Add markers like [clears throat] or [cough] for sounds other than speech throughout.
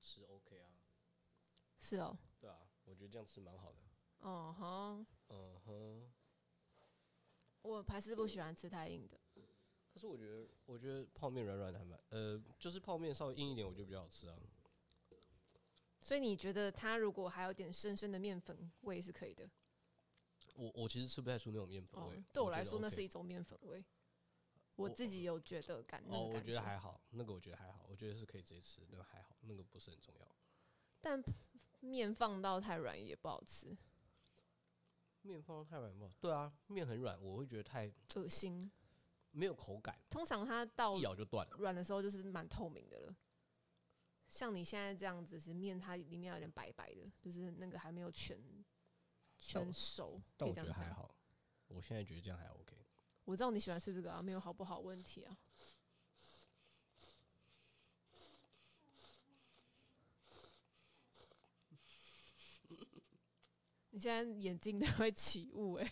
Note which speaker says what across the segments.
Speaker 1: 吃 OK 啊，
Speaker 2: 是哦，
Speaker 1: 对啊，我觉得这样吃蛮好的。
Speaker 2: 哦吼，
Speaker 1: 嗯哼，
Speaker 2: 我还是不喜欢吃太硬的。
Speaker 1: 可是我觉得，我觉得泡面软软的还蛮，呃，就是泡面稍微硬一点，我觉得比较好吃啊。
Speaker 2: 所以你觉得它如果还有点深深的面粉味是可以的？
Speaker 1: 我我其实吃不太出那种面粉味，
Speaker 2: 哦对我
Speaker 1: 觉得
Speaker 2: 来说那
Speaker 1: OK
Speaker 2: 是一种面粉味。我自己有觉得感，那
Speaker 1: 哦，
Speaker 2: 个
Speaker 1: 我
Speaker 2: 感
Speaker 1: 觉得还好，那个我觉得还好，我觉得是可以直接吃，那个还好，那个不是很重要。
Speaker 2: 但面放到太软也不好吃，
Speaker 1: 面放得太软不好，对啊，面很软，我会觉得太
Speaker 2: 恶心。
Speaker 1: 没有口感，
Speaker 2: 通常它到
Speaker 1: 一咬就断了。
Speaker 2: 软的时候就是蛮透明的了。像你现在这样子，是面它里面有点白白的，就是那个还没有全全熟，可
Speaker 1: 但
Speaker 2: 以
Speaker 1: 我
Speaker 2: 这
Speaker 1: 觉
Speaker 2: 样
Speaker 1: 得还
Speaker 2: 讲。
Speaker 1: 好，我现在觉得这样还 OK。
Speaker 2: 我知道你喜欢吃这个啊，没有好不好问题啊。你现在眼睛都会起雾哎、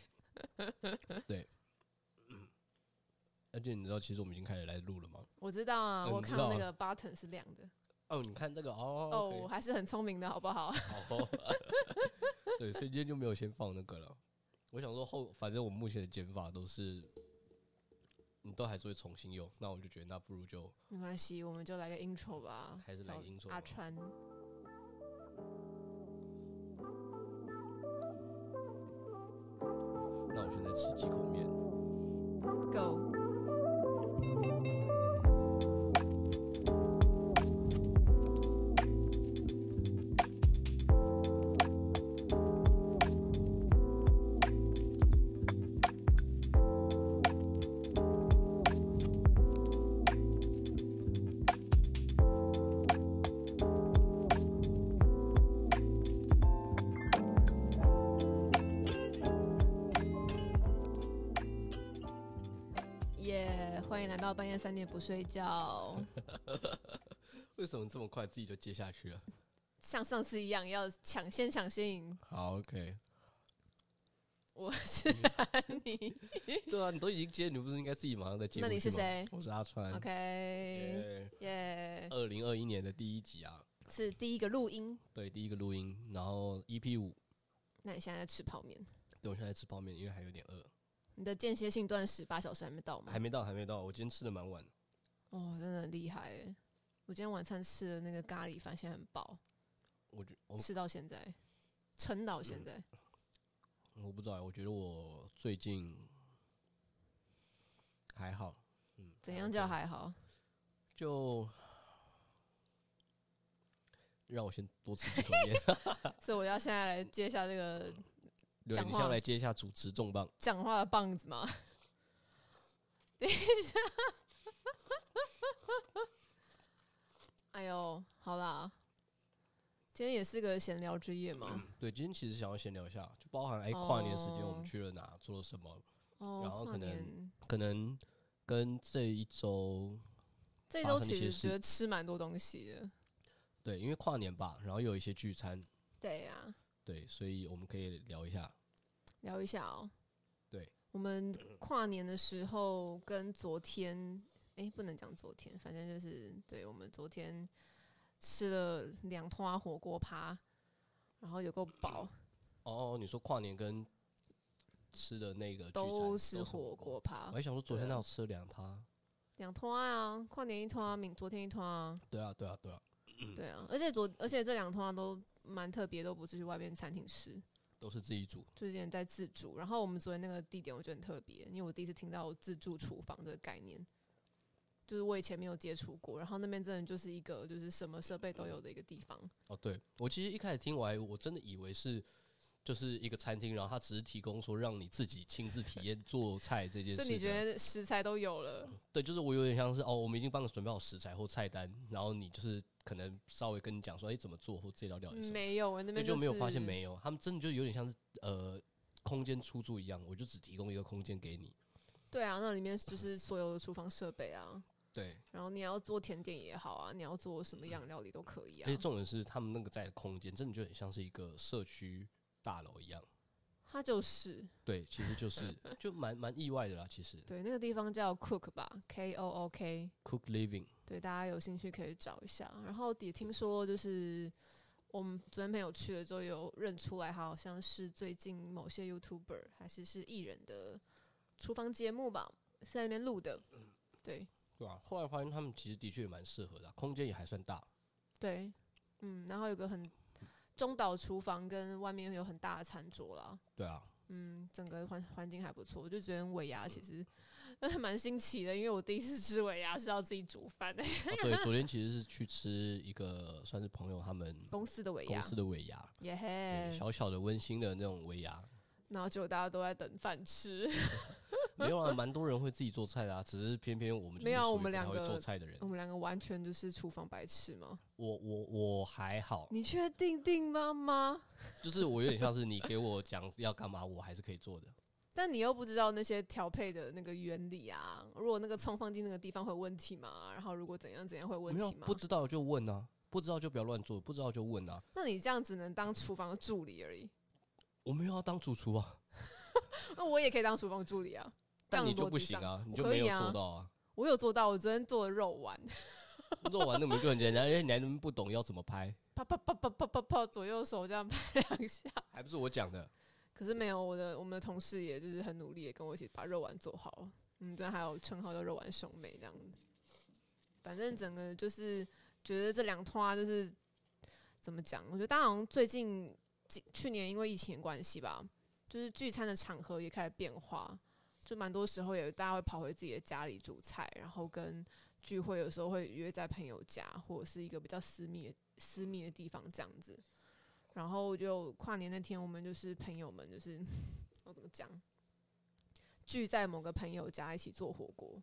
Speaker 1: 而且你知道，其实我们已经开始来录了吗？
Speaker 2: 我知道啊，
Speaker 1: 嗯
Speaker 2: 我
Speaker 1: 你
Speaker 2: 看
Speaker 1: 知道
Speaker 2: 到
Speaker 1: 啊
Speaker 2: 那个 button 是亮的
Speaker 1: 哦，你看这个哦，
Speaker 2: 哦，我还是很聪明的好不好？
Speaker 1: 好哦， [laughs] 对，所以今天就没有先放那个了。我想说后，反正我目前的剪法都是，你都还是会重新用，那我就觉得那不如就
Speaker 2: 没关系，我们就来个 intro 吧，
Speaker 1: 还是来个 intro
Speaker 2: 阿
Speaker 1: 吧
Speaker 2: 川，
Speaker 1: 那我现在吃几口面。
Speaker 2: Go。耶欢迎来到半夜三点不睡觉，
Speaker 1: 为什么这么快自己就接下去
Speaker 2: [laughs]
Speaker 1: 了？
Speaker 2: 像上次一样要抢先抢先赢。
Speaker 1: 好，OK。
Speaker 2: 我是
Speaker 1: 嗯
Speaker 2: 安妮
Speaker 1: [laughs] 对啊，你都已经接，你不是应该自己马上再接？
Speaker 2: 那你是谁
Speaker 1: 我是阿川。
Speaker 2: ，OK，耶、
Speaker 1: 二零二一年的第一集啊，
Speaker 2: 是第一个录音。
Speaker 1: 对，第一个录音，然后 EP 五。
Speaker 2: 那你现在在吃泡面？
Speaker 1: 对，我现在吃泡面，因为还有点饿，
Speaker 2: 你的间歇性断食八小时还没到吗
Speaker 1: 还？没到，还没到。我今天吃的蛮晚的，
Speaker 2: 哦，真的很厉害耶！我今天晚餐吃的那个咖喱饭，现在很饱，
Speaker 1: 我觉我嗯
Speaker 2: 吃到现在，撑到现在。
Speaker 1: 我不知道，我觉得我最近还好，嗯，
Speaker 2: 怎样叫还好？
Speaker 1: 就让我先多吃几口 [laughs] 面。
Speaker 2: [laughs] 所以我要现在来接一下这个
Speaker 1: 对，
Speaker 2: 讲
Speaker 1: 你
Speaker 2: 话
Speaker 1: 先来接一下主持重磅。 [clears throat]
Speaker 2: 讲话的棒子吗？ [laughs] 等一下，哎呦，好啦，今天也是个闲聊之夜嘛。
Speaker 1: 对，今天其实想要闲聊一下，就包含哎跨年时间
Speaker 2: 哦
Speaker 1: 我们去了哪，做了什么，
Speaker 2: 哦，
Speaker 1: 然后可
Speaker 2: 跨
Speaker 1: 能
Speaker 2: 年
Speaker 1: 可能跟这一周
Speaker 2: 这
Speaker 1: 发
Speaker 2: 周
Speaker 1: 生
Speaker 2: 其
Speaker 1: 一些
Speaker 2: 实
Speaker 1: 事
Speaker 2: 觉得吃蛮多东西的。
Speaker 1: 对，因为跨年吧，然后又有一些聚餐，
Speaker 2: 对呀、
Speaker 1: 对，所以我们可以聊一下。
Speaker 2: 聊一下哦。
Speaker 1: 对，
Speaker 2: 我们跨年的时候跟昨天，诶，不能讲昨天，反正就是对我们昨天吃了两坨火锅趴，然后有够饱，
Speaker 1: 哦，你说跨年跟吃的那个聚餐
Speaker 2: 都是
Speaker 1: 火
Speaker 2: 火锅趴
Speaker 1: 我，还想说昨天
Speaker 2: 对啊
Speaker 1: 那有吃了两趴，
Speaker 2: 两坨啊，跨年一坨啊，明昨天一坨啊，
Speaker 1: 对啊，对啊，对啊，
Speaker 2: 对啊，而且昨而且这两坨都蛮特别，都不是去外面餐厅吃，
Speaker 1: 都是自己煮。
Speaker 2: 就是有点在自助。然后我们昨天那个地点我觉得很特别，因为我第一次听到自助厨房这个概念，就是我以前没有接触过。然后那边真的就是一个就是什么设备都有的一个地方。
Speaker 1: 哦，对我其实一开始听完，我真的以为是就是一个餐厅，然后他只是提供说让你自己亲自体验做菜这件事
Speaker 2: 所以
Speaker 1: 情。
Speaker 2: 你觉得食材都有了，
Speaker 1: 对，就是我有点像是哦，我们已经帮你准备好食材或菜单，然后你就是可能稍微跟你讲说，哎、怎么做或这道料理是什么，
Speaker 2: 嗯没有？我那
Speaker 1: 对，
Speaker 2: 边
Speaker 1: 就没有
Speaker 2: 是
Speaker 1: 发现。没有，他们真的就有点像是呃空间出租一样，我就只提供一个空间给你。
Speaker 2: 对啊，那里面就是所有的厨房设备啊，
Speaker 1: 对，
Speaker 2: 然后你要做甜点也好啊，你要做什么样料理都可以
Speaker 1: 而
Speaker 2: 啊
Speaker 1: 且。重点是他们那个在的空间真的就很像是一个社区大楼一样。
Speaker 2: 它就是
Speaker 1: 对，其实就是
Speaker 2: [laughs]
Speaker 1: 就蛮蛮意外的啦。其实
Speaker 2: 对那个地方叫 Cook 吧，K O O K。
Speaker 1: Cook Living
Speaker 2: 对，大家有兴趣可以找一下。然后也听说，就是我们昨天朋友去了之后，有认出来，好像是最近某些 YouTuber 还是是艺人的厨房节目吧，是在那边录的。对
Speaker 1: 对吧、后来发现他们其实的确也蛮适合的啊、空间也还算大。
Speaker 2: 对，嗯，然后有个很中岛厨房跟外面有很大的餐桌啦，
Speaker 1: 对
Speaker 2: [laughs]
Speaker 1: 啊，
Speaker 2: 嗯，整个环环境还不错。我就觉得尾牙其实 [laughs] 蛮新奇的，因为我第一次吃尾牙是要自己煮饭欸的、
Speaker 1: 哦对，昨天其实是去吃一个算是朋友他们
Speaker 2: 公司的尾
Speaker 1: 公
Speaker 2: 牙，嗯
Speaker 1: 司的尾牙，
Speaker 2: 耶
Speaker 1: 对
Speaker 2: 嘿，
Speaker 1: 小小的温馨的那种尾牙，
Speaker 2: 然后结果大家都在等饭吃。
Speaker 1: 没有啊，蛮多人会自己做菜的啊，只是偏偏我们就是
Speaker 2: 没有啊
Speaker 1: 属于
Speaker 2: 我们
Speaker 1: 不太
Speaker 2: 两
Speaker 1: 会
Speaker 2: 个
Speaker 1: 做菜的人
Speaker 2: 我。们两个完全就是厨房白痴吗？
Speaker 1: 我我我还好，
Speaker 2: 你确定定妈妈？
Speaker 1: 就是我有点像是你给我讲要干嘛，我还是可以做的。
Speaker 2: 但你又不知道那些调配的那个原理啊，如果那个葱放进那个地方会有问题吗？然后如果怎样怎样会有问
Speaker 1: 没有啊
Speaker 2: 题吗
Speaker 1: 不？知道就问啊，不知道就不要乱做，不知道就问啊。
Speaker 2: 那你这样只能当厨房的助理而已。
Speaker 1: 我没有要当主厨啊，
Speaker 2: 那我也可以当厨房助理啊，这
Speaker 1: 但
Speaker 2: 样
Speaker 1: 你
Speaker 2: 的
Speaker 1: 就
Speaker 2: 逻
Speaker 1: 不
Speaker 2: 辑
Speaker 1: 行
Speaker 2: 上，
Speaker 1: 啊，你
Speaker 2: 我
Speaker 1: 就
Speaker 2: 可
Speaker 1: 没
Speaker 2: 以
Speaker 1: 有
Speaker 2: 啊
Speaker 1: 做到啊。 [laughs]
Speaker 2: 我有做到。我昨天做的肉丸，
Speaker 1: 做完那我们就很简单，而且你还能不懂要怎么拍，
Speaker 2: 啪啪啪啪啪啪啪，左右手这样拍两下。
Speaker 1: 还不是我讲的。
Speaker 2: 可是没有，我的我们的同事也就是很努力的跟我一起把肉丸做好。嗯，对，还有称号叫肉丸兄妹这样子。反正整个就是觉得这两拖就是怎么讲？我觉得大家好像最近近去年因为疫情的关系吧，就是聚餐的场合也开始变化，就蛮多时候也大家会跑回自己的家里煮菜，然后跟聚会有时候会约在朋友家或者是一个比较私密的私密的地方这样子。然后就跨年那天，我们就是朋友们，就是我怎么讲，聚在某个朋友家一起做火锅。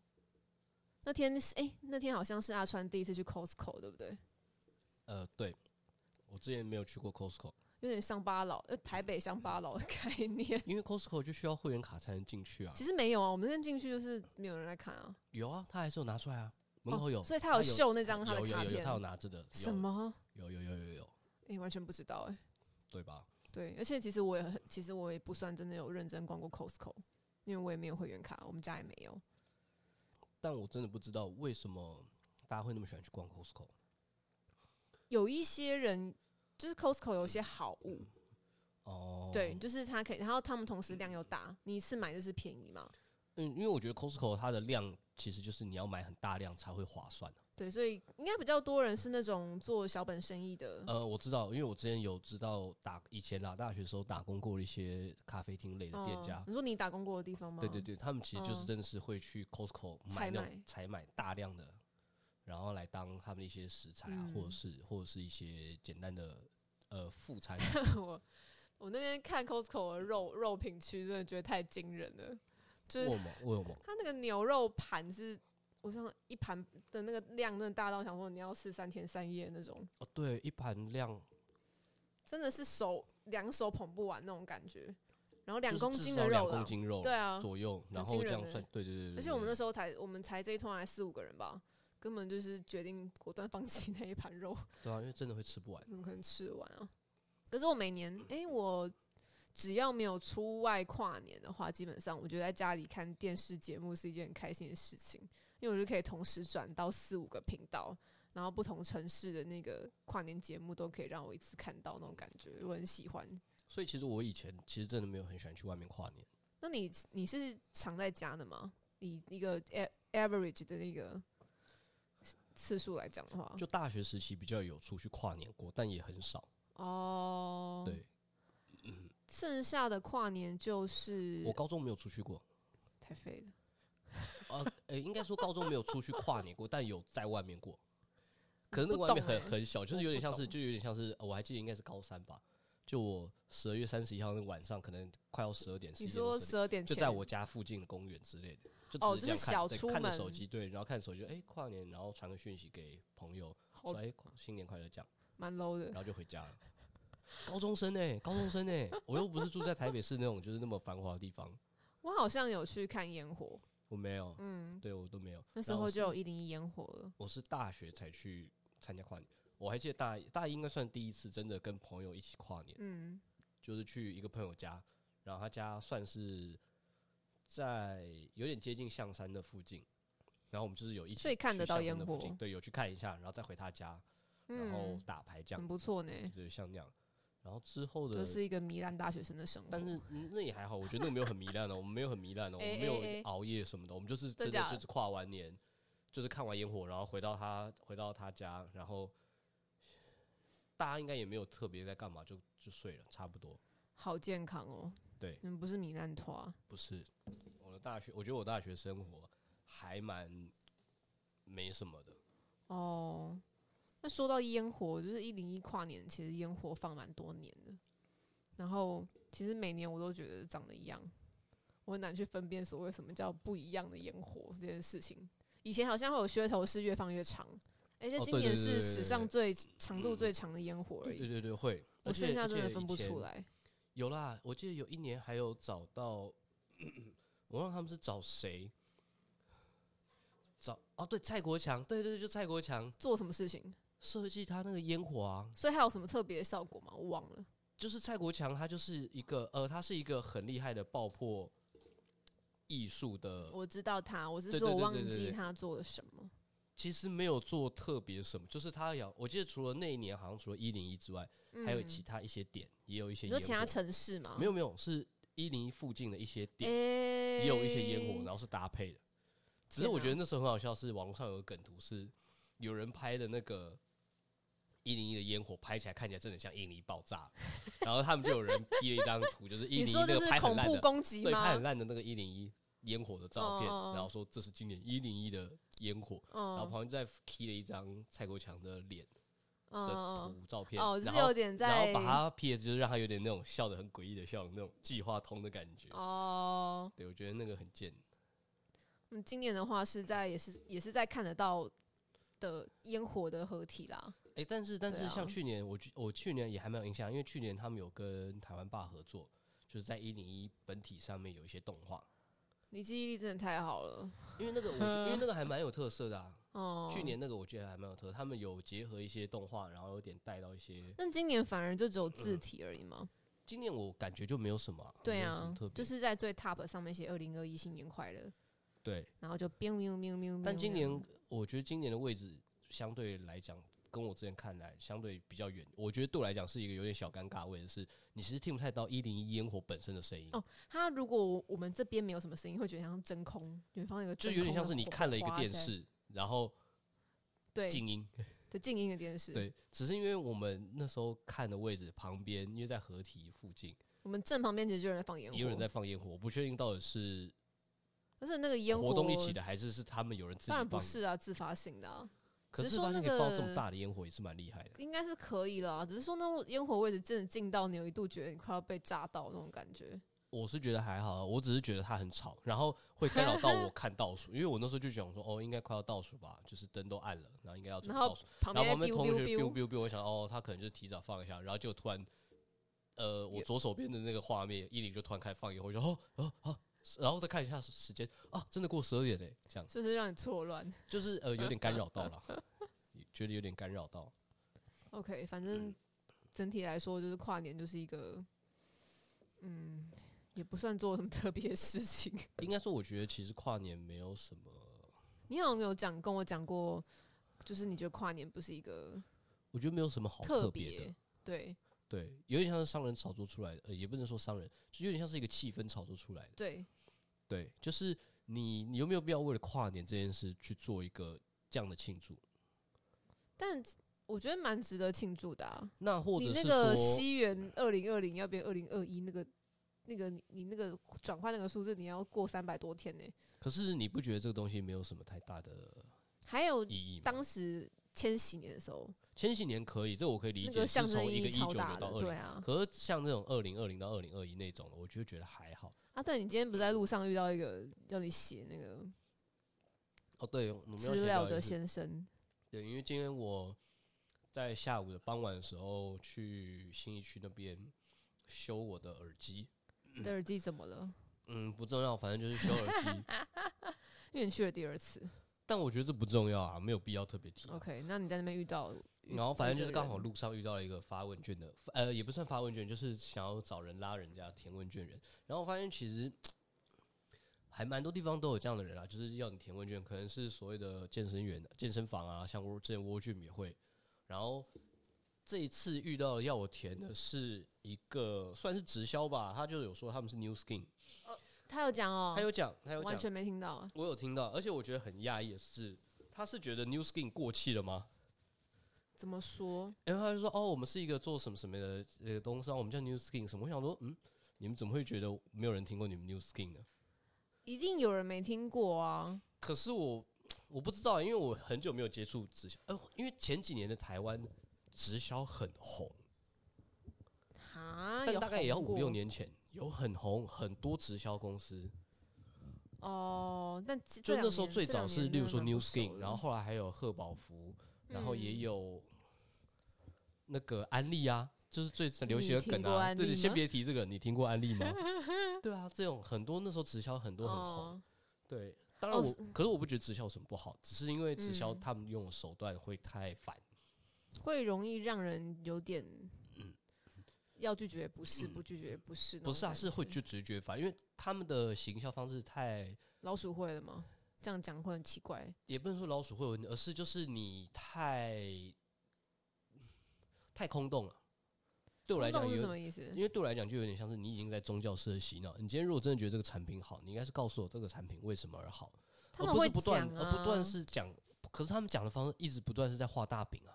Speaker 2: 那天是诶，那天好像是阿川第一次去 Costco，对不对？
Speaker 1: 呃，对，我之前没有去过 Costco，
Speaker 2: 有点乡巴佬，呃，台北乡巴佬的概念。
Speaker 1: 因为 Costco 就需要会员卡才能进去啊。
Speaker 2: 其实没有啊，我们那天进去就是没有人来看啊，
Speaker 1: 有啊，他还是有拿出来啊，门口有，
Speaker 2: 哦所以他有
Speaker 1: 有
Speaker 2: 秀那张他的
Speaker 1: 有有
Speaker 2: 卡
Speaker 1: 有有，
Speaker 2: 片
Speaker 1: 他，有拿着的。有
Speaker 2: 什？么？
Speaker 1: 有有有有有，
Speaker 2: 诶，完全不知道诶。
Speaker 1: 对吧？
Speaker 2: 对，而且其实我也很，其实我也不算真的有认真逛过 Costco，因为我也没有会员卡，我们家也没有。
Speaker 1: 但我真的不知道为什么大家会那么喜欢去逛 Costco。
Speaker 2: 有一些人就是 Costco 有一些好物，
Speaker 1: 哦，
Speaker 2: 对，就是它可以，然后他们同时量又大，你一次买就是便宜嘛。
Speaker 1: 嗯，因为我觉得 Costco 它的量其实就是你要买很大量才会划算、啊、
Speaker 2: 对，所以应该比较多人是那种做小本生意的，
Speaker 1: 呃，我知道，因为我之前有知道打以前啦，大学的时候打工过一些咖啡厅类呃的店
Speaker 2: 嗯
Speaker 1: 家。
Speaker 2: 你说你打工过的地方吗？
Speaker 1: 对对对，他们其实就是
Speaker 2: 嗯
Speaker 1: 真的是会去 Costco 买
Speaker 2: 采
Speaker 1: 那
Speaker 2: 买
Speaker 1: 种采买大量的，然后来当他们的一些食材啊，或者
Speaker 2: 嗯
Speaker 1: 是或者是一些简单的呃副餐。
Speaker 2: [laughs] 我我那天看 Costco 的肉肉品区，真的觉得太惊人了，就是
Speaker 1: 我们我们
Speaker 2: 它那个牛肉盘是。我想一盘的那个量真的大到想说你要吃三天三夜那种，
Speaker 1: 哦，对，一盘量
Speaker 2: 真的是手两手捧不完那种感觉。然后两
Speaker 1: 就是
Speaker 2: 公
Speaker 1: 至
Speaker 2: 斤
Speaker 1: 少
Speaker 2: 的
Speaker 1: 两
Speaker 2: 肉
Speaker 1: 公
Speaker 2: 啦，
Speaker 1: 斤肉
Speaker 2: 对啊，
Speaker 1: 左右，然
Speaker 2: 很
Speaker 1: 后
Speaker 2: 惊
Speaker 1: 这
Speaker 2: 人
Speaker 1: 样算，对对对对。
Speaker 2: 而且我们那
Speaker 1: 候
Speaker 2: 时候才，我们才这一团才四五个人吧，根本就是决定果断放弃那一盘肉，
Speaker 1: 对啊，因为真的会吃不完。
Speaker 2: 怎么可能吃得完啊？可是我每年，诶，我只要没有出外跨年的话，基本上我觉得在家里看电视节目是一件很开心的事情，因为我就可以同时转到四五个频道，然后不同城市的那个跨年节目都可以让我一次看到那种感觉，我很喜欢。
Speaker 1: 所以其实我以前其实真的没有很喜欢去外面跨年，
Speaker 2: 那你你是常在家的吗？以一个 a- average 的那个次数来讲的话，
Speaker 1: 就大学时期比较有出去跨年过，但也很少。
Speaker 2: 哦，
Speaker 1: 对，
Speaker 2: 剩下的跨年就是
Speaker 1: 我高中没有出去过，
Speaker 2: 太废了。
Speaker 1: 啊，呃、应该说高中没有出去跨年过，但有在外面过。可是
Speaker 2: 我
Speaker 1: 那个外
Speaker 2: 不
Speaker 1: 面
Speaker 2: 懂
Speaker 1: 很
Speaker 2: 欸
Speaker 1: 很小，就
Speaker 2: 我
Speaker 1: 是有
Speaker 2: 不
Speaker 1: 点像是，
Speaker 2: 懂
Speaker 1: 就有点像是，呃我还记得应该是高三吧。就我十二月三十一号那个晚上，可能快要十二点，
Speaker 2: 你
Speaker 1: 11
Speaker 2: 说
Speaker 1: 12
Speaker 2: 十二点
Speaker 1: 就
Speaker 2: 前
Speaker 1: 在我家附近的公园之类的，就
Speaker 2: 哦
Speaker 1: 只这样
Speaker 2: 就是
Speaker 1: 看
Speaker 2: 小
Speaker 1: 对
Speaker 2: 出
Speaker 1: 看着
Speaker 2: 门
Speaker 1: 手机，对，然后看手机，哎、跨年，然后传个讯息给朋友，
Speaker 2: 好
Speaker 1: 说哎、新年快乐这样，
Speaker 2: 蛮 low
Speaker 1: 然
Speaker 2: 的，
Speaker 1: 后就回家了。 [laughs] 高中生哎、高中生哎、我又不是住在台北市那种就是那么繁华的地方，
Speaker 2: 我好像有去看烟火，
Speaker 1: 我没有，
Speaker 2: 嗯，
Speaker 1: 对我都没有。
Speaker 2: 那时
Speaker 1: 然后
Speaker 2: 候
Speaker 1: 是
Speaker 2: 就有一零一烟火了，
Speaker 1: 我是大学才去参加跨年，我还记得大一大一应该算第一次真的跟朋友一起跨年，
Speaker 2: 嗯，
Speaker 1: 就是去一个朋友家，然后他家算是在有点接近象山的附近，然后我们就是有一起
Speaker 2: 所以看
Speaker 1: 去
Speaker 2: 得到
Speaker 1: 象山
Speaker 2: 烟
Speaker 1: 的附近
Speaker 2: 火
Speaker 1: 对，有去看一下，然后再回他家，然后
Speaker 2: 嗯，
Speaker 1: 打牌这样，
Speaker 2: 很不错呢，
Speaker 1: 对，像那样。然后之后的，
Speaker 2: 就是一个糜烂大学生的生活。
Speaker 1: 但是嗯那也还好，我觉得那个没有很糜烂哦，我们没有很糜烂哦，我们没
Speaker 2: [laughs] 哎哎哎
Speaker 1: 有熬夜什么的，我们就是
Speaker 2: 真
Speaker 1: 真
Speaker 2: 假
Speaker 1: 的
Speaker 2: 的啊
Speaker 1: 就是跨完年，就是看完烟火，然后回到他回到他家，然后大家应该也没有特别在干嘛，就就睡了，差不多。
Speaker 2: 好健康哦，
Speaker 1: 对，
Speaker 2: 你们不是糜烂拖啊，
Speaker 1: 不是我的大学，我觉得我大学生活还蛮没什么的。
Speaker 2: 哦。那说到烟火，就是一零一跨年，其实烟火放蛮多年的，然后其实每年我都觉得长得一样，我很难去分辨所谓什么叫不一样的烟火这件事情。以前好像会有噱头是越放越长，而且
Speaker 1: 哦
Speaker 2: 今
Speaker 1: 对对对
Speaker 2: 年
Speaker 1: 对
Speaker 2: 是
Speaker 1: 对
Speaker 2: 史
Speaker 1: 对
Speaker 2: 上最长度最长的烟火而
Speaker 1: 对
Speaker 2: 已
Speaker 1: 对，对对，会。
Speaker 2: 我
Speaker 1: 而且
Speaker 2: 剩下
Speaker 1: 而
Speaker 2: 真的
Speaker 1: 且
Speaker 2: 分
Speaker 1: 以
Speaker 2: 不出
Speaker 1: 前
Speaker 2: 来。
Speaker 1: 有啦，我记得有一年还有找到，我忘了他们是找谁，找哦对，蔡国强，对对对，就蔡国强
Speaker 2: 做什么事情，
Speaker 1: 设计他那个烟火啊，
Speaker 2: 所以还有什么特别的效果吗？我忘了。
Speaker 1: 就是蔡国强他就是一个呃，他是一个很厉害的爆破艺术的，
Speaker 2: 我知道他，我是
Speaker 1: 呃对
Speaker 2: 说
Speaker 1: 对
Speaker 2: 我
Speaker 1: 对
Speaker 2: 忘
Speaker 1: 对对
Speaker 2: 记
Speaker 1: 对
Speaker 2: 他做了什么。
Speaker 1: 其实没有做特别什么，就是他有，我记得除了那一年好像除了一零一之外，还有
Speaker 2: 嗯
Speaker 1: 其他一些点，也有一些
Speaker 2: 你
Speaker 1: 烟
Speaker 2: 说其他
Speaker 1: 火，
Speaker 2: 城市吗？
Speaker 1: 没有没有，是一零一附近的一些点。
Speaker 2: 诶，
Speaker 1: 也有一些烟火，然后是搭配的。只是
Speaker 2: 哎天
Speaker 1: 我觉得
Speaker 2: 哪
Speaker 1: 那时候很好笑，是网络上有个梗图，是有人拍的那个一零一的烟火，拍起来看起来真的很像印尼爆
Speaker 2: [laughs]
Speaker 1: 炸，然后他们就有人 P 了一张图，就是一
Speaker 2: 你
Speaker 1: 零一
Speaker 2: 说
Speaker 1: 那
Speaker 2: 就
Speaker 1: 个
Speaker 2: 是
Speaker 1: 拍很
Speaker 2: 恐
Speaker 1: 烂
Speaker 2: 怖
Speaker 1: 的，
Speaker 2: 攻击
Speaker 1: 对，拍
Speaker 2: 吗
Speaker 1: 很？烂的那个一零一烟火的照片，
Speaker 2: 哦哦哦
Speaker 1: 然后说这是今年一零一的烟火，然后
Speaker 2: 嗯
Speaker 1: 旁边再 P 了一张蔡国强的脸的
Speaker 2: 嗯
Speaker 1: 图照片，
Speaker 2: 哦，就
Speaker 1: 然
Speaker 2: 是有
Speaker 1: 后
Speaker 2: 点
Speaker 1: 然
Speaker 2: 在
Speaker 1: 后把它 P 的就是让他有点那种笑的很诡异的笑容，那种计划通的感觉。
Speaker 2: 哦。
Speaker 1: 对，我觉得那个很贱。
Speaker 2: 嗯，今年的话是在也是也是在看得到的烟火的合体啦。
Speaker 1: 哎、但是但
Speaker 2: 对
Speaker 1: 是
Speaker 2: 啊
Speaker 1: 像去年我去我去年也还蛮有印象，因为去年他们有跟台湾爸合作，就是在一零一本体上面有一些动画，
Speaker 2: 你记忆力真的太好了
Speaker 1: 因为那个我觉得因为那个还蛮有特色的啊。
Speaker 2: [laughs] 哦。
Speaker 1: 去，年那个我觉得还蛮有特色，他们有结合一些动画，然后有点带到一些。
Speaker 2: 但今年反而就只有字体而已嘛。
Speaker 1: 今年我感觉就没有什么啊、
Speaker 2: 对
Speaker 1: 嗯没有什
Speaker 2: 啊
Speaker 1: 么特，别
Speaker 2: 就是在最 top 上面写二零二一新年快乐，
Speaker 1: 对。
Speaker 2: 然后就 biu biu biu biu。
Speaker 1: 但今年我觉得今年的位置相对来讲，跟我之前看来相对比较远，我觉得对我来讲是一个有点小尴尬的位置，是你其实听不太到一零一烟火本身的声音。
Speaker 2: 哦他如果我我们这边没有什么声音，会觉得像真空，远方有个
Speaker 1: 就
Speaker 2: 真
Speaker 1: 有点
Speaker 2: 空
Speaker 1: 像
Speaker 2: 的
Speaker 1: 是你
Speaker 2: 火
Speaker 1: 看了一个
Speaker 2: 花
Speaker 1: 电
Speaker 2: 在，
Speaker 1: 视，然后
Speaker 2: 对，
Speaker 1: 静音。
Speaker 2: 就静音的电视。，
Speaker 1: 对，只是因为我们那时候看的位置旁边，因为在合体附近，
Speaker 2: 我们正旁边其实就有人在放烟火，
Speaker 1: 也有人在，放烟火。我不确定到底是
Speaker 2: 但是那个烟火
Speaker 1: 活动一起，的，还是是他们有人自己
Speaker 2: 当然
Speaker 1: 放的。
Speaker 2: 不是啊，自发性的、啊，
Speaker 1: 可
Speaker 2: 只
Speaker 1: 是
Speaker 2: 是说
Speaker 1: 发现
Speaker 2: 那
Speaker 1: 可以放这
Speaker 2: 个
Speaker 1: 么大的烟火也是蛮厉害的。
Speaker 2: 应该是可以啦。只是说那烟火位置真的近到你有一度觉得你快要被炸到那种感觉。
Speaker 1: 我是觉得还好啊，我只是觉得它很吵，然后会干扰到我看倒数，因为我那时候就想说，哦，应该快要倒数吧，就是灯都暗了，然后应该要准
Speaker 2: 然
Speaker 1: 备
Speaker 2: 后
Speaker 1: 倒数。
Speaker 2: 旁
Speaker 1: 哦然后
Speaker 2: 边
Speaker 1: 旁边
Speaker 2: biu
Speaker 1: 同学 biu
Speaker 2: biu
Speaker 1: biu
Speaker 2: biu，
Speaker 1: biu，我想哦，他可能就是提早放一下，然后就突然，呃，我
Speaker 2: 有
Speaker 1: 左手边的那个画面，伊林就突然开始放烟火，我就哦哦哦，然后再看一下时间，啊，真的过十二点嘞，这样
Speaker 2: 是不是让你错乱
Speaker 1: 就是呃有点干扰到了，觉得有点干扰到。
Speaker 2: ？OK，反
Speaker 1: 嗯
Speaker 2: 正整体来说就是跨年就是一个，嗯，也不算做什么特别的事情。 [laughs]
Speaker 1: 应该说，我觉得其实跨年没有什么，
Speaker 2: 你好像有讲跟我讲过，就是你觉得跨年不是一个
Speaker 1: 我觉得没有什么好
Speaker 2: 特
Speaker 1: 特别的，
Speaker 2: 对
Speaker 1: 对，有点像是商人炒作出来的，呃，也不能说商人，就有点像是一个气氛炒作出来的。
Speaker 2: 对，
Speaker 1: 对，就是你你有没有必要为了跨年这件事去做一个这样的庆祝？
Speaker 2: 但我觉得蛮值得庆祝的、啊。
Speaker 1: 那或
Speaker 2: 你
Speaker 1: 者
Speaker 2: 那
Speaker 1: 是说。
Speaker 2: 个西元二零二零要变二零二一，那个那个你你那个转换那个数字，你要过三百多天呢、
Speaker 1: 可是你不觉得这个东西没有什么太大的
Speaker 2: 还有
Speaker 1: 意义吗？
Speaker 2: 当时千禧年的时候，
Speaker 1: 千禧年可以，这我可以理
Speaker 2: 那
Speaker 1: 解，
Speaker 2: 个象
Speaker 1: 是
Speaker 2: 征
Speaker 1: 从
Speaker 2: 意
Speaker 1: 一个
Speaker 2: 义
Speaker 1: 一九
Speaker 2: 超
Speaker 1: 年
Speaker 2: 大
Speaker 1: 到
Speaker 2: 的，
Speaker 1: 二
Speaker 2: 对
Speaker 1: 零。
Speaker 2: 啊。
Speaker 1: 可是像这种二零二零到二零二一那种的，我就觉得还好。
Speaker 2: 啊，对你今天不是在路上遇到一个叫你写那个
Speaker 1: 哦，对，我们要
Speaker 2: 资料
Speaker 1: 写到
Speaker 2: 的
Speaker 1: 一个 [clears throat]
Speaker 2: 先生，
Speaker 1: 对，因为今天我在下午的傍晚的时候去新一区那边修我的耳机，
Speaker 2: 你的耳机怎么了？
Speaker 1: 嗯，不重要，反正就是修耳
Speaker 2: [laughs]
Speaker 1: 机。
Speaker 2: 因为你去了第二次。
Speaker 1: 但我觉得这不重要啊，没有必要特别提啊。
Speaker 2: OK，那你在那边遇到，遇
Speaker 1: 然后反正
Speaker 2: 这
Speaker 1: 就是
Speaker 2: 个
Speaker 1: 刚好
Speaker 2: 人
Speaker 1: 路上遇到了一个发问卷的，呃，也不算发问卷，就是想要找人拉人家填问卷人。然后我发现其实还蛮多地方都有这样的人啊，就是要你填问卷，可能是所谓的健身员、健身房啊，像我之前 w o r 也会。然后这一次遇到的要我填的是一个算是直销吧，他就有说他们是 New Skin，
Speaker 2: 他有讲哦
Speaker 1: 他，有讲，他有
Speaker 2: 完
Speaker 1: 讲，
Speaker 2: 全没听到啊。
Speaker 1: 我有听到，而且我觉得很讶异的是，他是觉得 New Skin 过气了吗？
Speaker 2: 怎么说？
Speaker 1: 然后他就说：“哦，我们是一个做什么什么的呃东商，我们叫 New Skin 什么。”我想说，嗯，你们怎么会觉得没有人听过你们 New Skin 呢？
Speaker 2: 一定有人没听过啊。
Speaker 1: 可是我我不知道，因为我很久没有接触直销，呃，因为前几年的台湾直销很红，
Speaker 2: 哈，
Speaker 1: 但
Speaker 2: 有
Speaker 1: 大概也要
Speaker 2: 红
Speaker 1: 五
Speaker 2: 过
Speaker 1: 六年前有很红，很多直销公司，
Speaker 2: 哦。但其
Speaker 1: 就
Speaker 2: 这
Speaker 1: 那
Speaker 2: 两
Speaker 1: 时候
Speaker 2: 年
Speaker 1: 最
Speaker 2: 这
Speaker 1: 早
Speaker 2: 两
Speaker 1: 是，
Speaker 2: 年
Speaker 1: 例如
Speaker 2: 真的
Speaker 1: 说
Speaker 2: 蛮不
Speaker 1: New
Speaker 2: 熟
Speaker 1: Skin，
Speaker 2: 的
Speaker 1: 然后后来还有贺宝福，然后也
Speaker 2: 嗯
Speaker 1: 有那个安利啊，就是最流
Speaker 2: 你
Speaker 1: 行的
Speaker 2: 听
Speaker 1: 梗
Speaker 2: 过
Speaker 1: 啊。
Speaker 2: 安
Speaker 1: 对，你
Speaker 2: 利
Speaker 1: 先
Speaker 2: 吗
Speaker 1: 别提这个，你听过安利
Speaker 2: [laughs]
Speaker 1: 吗？对啊，这种很多那时候直销很多很红，
Speaker 2: 哦
Speaker 1: 对，当然
Speaker 2: 哦
Speaker 1: 我、
Speaker 2: 是
Speaker 1: 可是我不觉得直销有什么不好，只是因为直销
Speaker 2: 嗯
Speaker 1: 他们用的手段会太反，
Speaker 2: 会容易让人有点要拒绝不是，不拒绝不是那
Speaker 1: 嗯
Speaker 2: 种
Speaker 1: 不
Speaker 2: 感觉，
Speaker 1: 是啊，是会就直觉反，因为他们的行销方式太
Speaker 2: 老鼠会了吗？这样讲会很奇怪。
Speaker 1: 也不能说老鼠会有问题，而是就是你太太空洞了。对我来
Speaker 2: 空
Speaker 1: 讲
Speaker 2: 洞是什
Speaker 1: 有，
Speaker 2: 么意思？
Speaker 1: 因为对我来讲就有点像是你已经在宗教式的洗脑。你今天如果真的觉得这个产品好，你应该是告诉我这个产品为什么而好，而
Speaker 2: 他们
Speaker 1: 哦不
Speaker 2: 会
Speaker 1: 是不断
Speaker 2: 讲啊，
Speaker 1: 而不断是讲。可是他们讲的方式一直不断是在画大饼啊。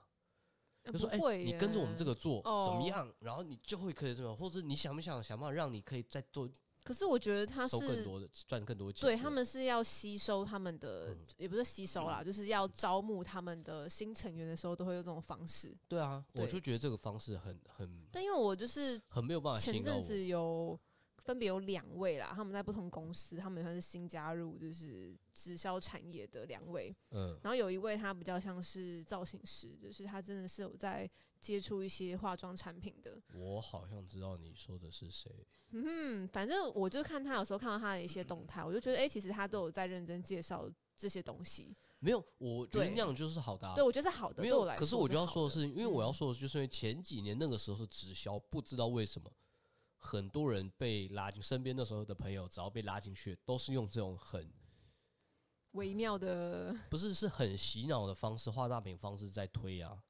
Speaker 2: 呃
Speaker 1: 就说：“
Speaker 2: 不
Speaker 1: 哎、
Speaker 2: 会
Speaker 1: 你跟着我们这
Speaker 2: 耶
Speaker 1: 个做、怎么
Speaker 2: 哦
Speaker 1: 样？然后你就会可以怎么样，或者你想不想想办法让你可以再多
Speaker 2: 可是我觉得他
Speaker 1: 收更
Speaker 2: 是
Speaker 1: 多的赚更多钱？
Speaker 2: 对他们是要吸收他们的，
Speaker 1: 嗯
Speaker 2: 也不是吸收啦，就是要招募他们的新成员的时候，都会用这种方式。
Speaker 1: 对啊，我
Speaker 2: 对
Speaker 1: 就觉得这个方式很很
Speaker 2: 但因为我就是
Speaker 1: 很没有办法吸
Speaker 2: 前
Speaker 1: 引到
Speaker 2: 阵
Speaker 1: 我。
Speaker 2: 子有分别有两位啦，他们在不同公司，他们也算是新加入就是直销产业的两位。
Speaker 1: 嗯
Speaker 2: 然后有一位他比较像是造型师，就是他真的是有在接触一些化妆产品的。
Speaker 1: 我好像知道你说的是谁。
Speaker 2: 嗯，反正我就看他有时候看到他的一些动
Speaker 1: 嗯
Speaker 2: 态，我就觉得哎、诶其实他都有在认真介绍这些东西。
Speaker 1: 没有，我觉得
Speaker 2: 对
Speaker 1: 那样就是好的、啊。
Speaker 2: 对，我觉得是好的。
Speaker 1: 没
Speaker 2: 对
Speaker 1: 有
Speaker 2: 我来，
Speaker 1: 可是
Speaker 2: 我
Speaker 1: 就要说的
Speaker 2: 好
Speaker 1: 是，因为我要
Speaker 2: 嗯
Speaker 1: 说的就是，因为前几年那个时候是直销，不知道为什么很多人被拉进，身边那时候的朋友只要被拉进去，都是用这种很
Speaker 2: 微妙的，
Speaker 1: 不是啊是很洗脑的方式，画大饼方式在推啊。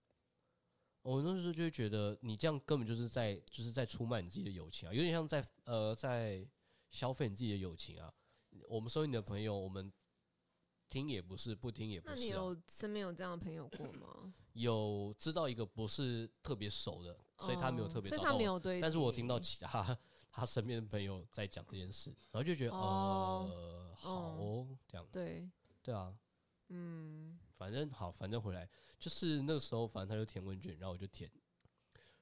Speaker 1: 我那时候就会觉得，你这样根本就是在就是在出卖你自己的友情啊，有点像在呃在消费你自己的友情啊。我们收你的朋友，我们听也不是，不听也不
Speaker 2: 那你
Speaker 1: 是、啊。
Speaker 2: 有身边有这样的朋友过吗？
Speaker 1: 有知道一个不是特别熟的，所以他没有
Speaker 2: 哦
Speaker 1: 特别
Speaker 2: 所
Speaker 1: 找
Speaker 2: 以
Speaker 1: 到
Speaker 2: 他没
Speaker 1: 我。
Speaker 2: 有对。
Speaker 1: 但是我听到，其他 [laughs] 他身边的朋友在讲这件事，然后就觉得
Speaker 2: 哦
Speaker 1: 呃好哦，这样
Speaker 2: 对，
Speaker 1: 对啊，
Speaker 2: 嗯，
Speaker 1: 反正好，反正回来就是那个时候，反正他就填问卷，然后我就填，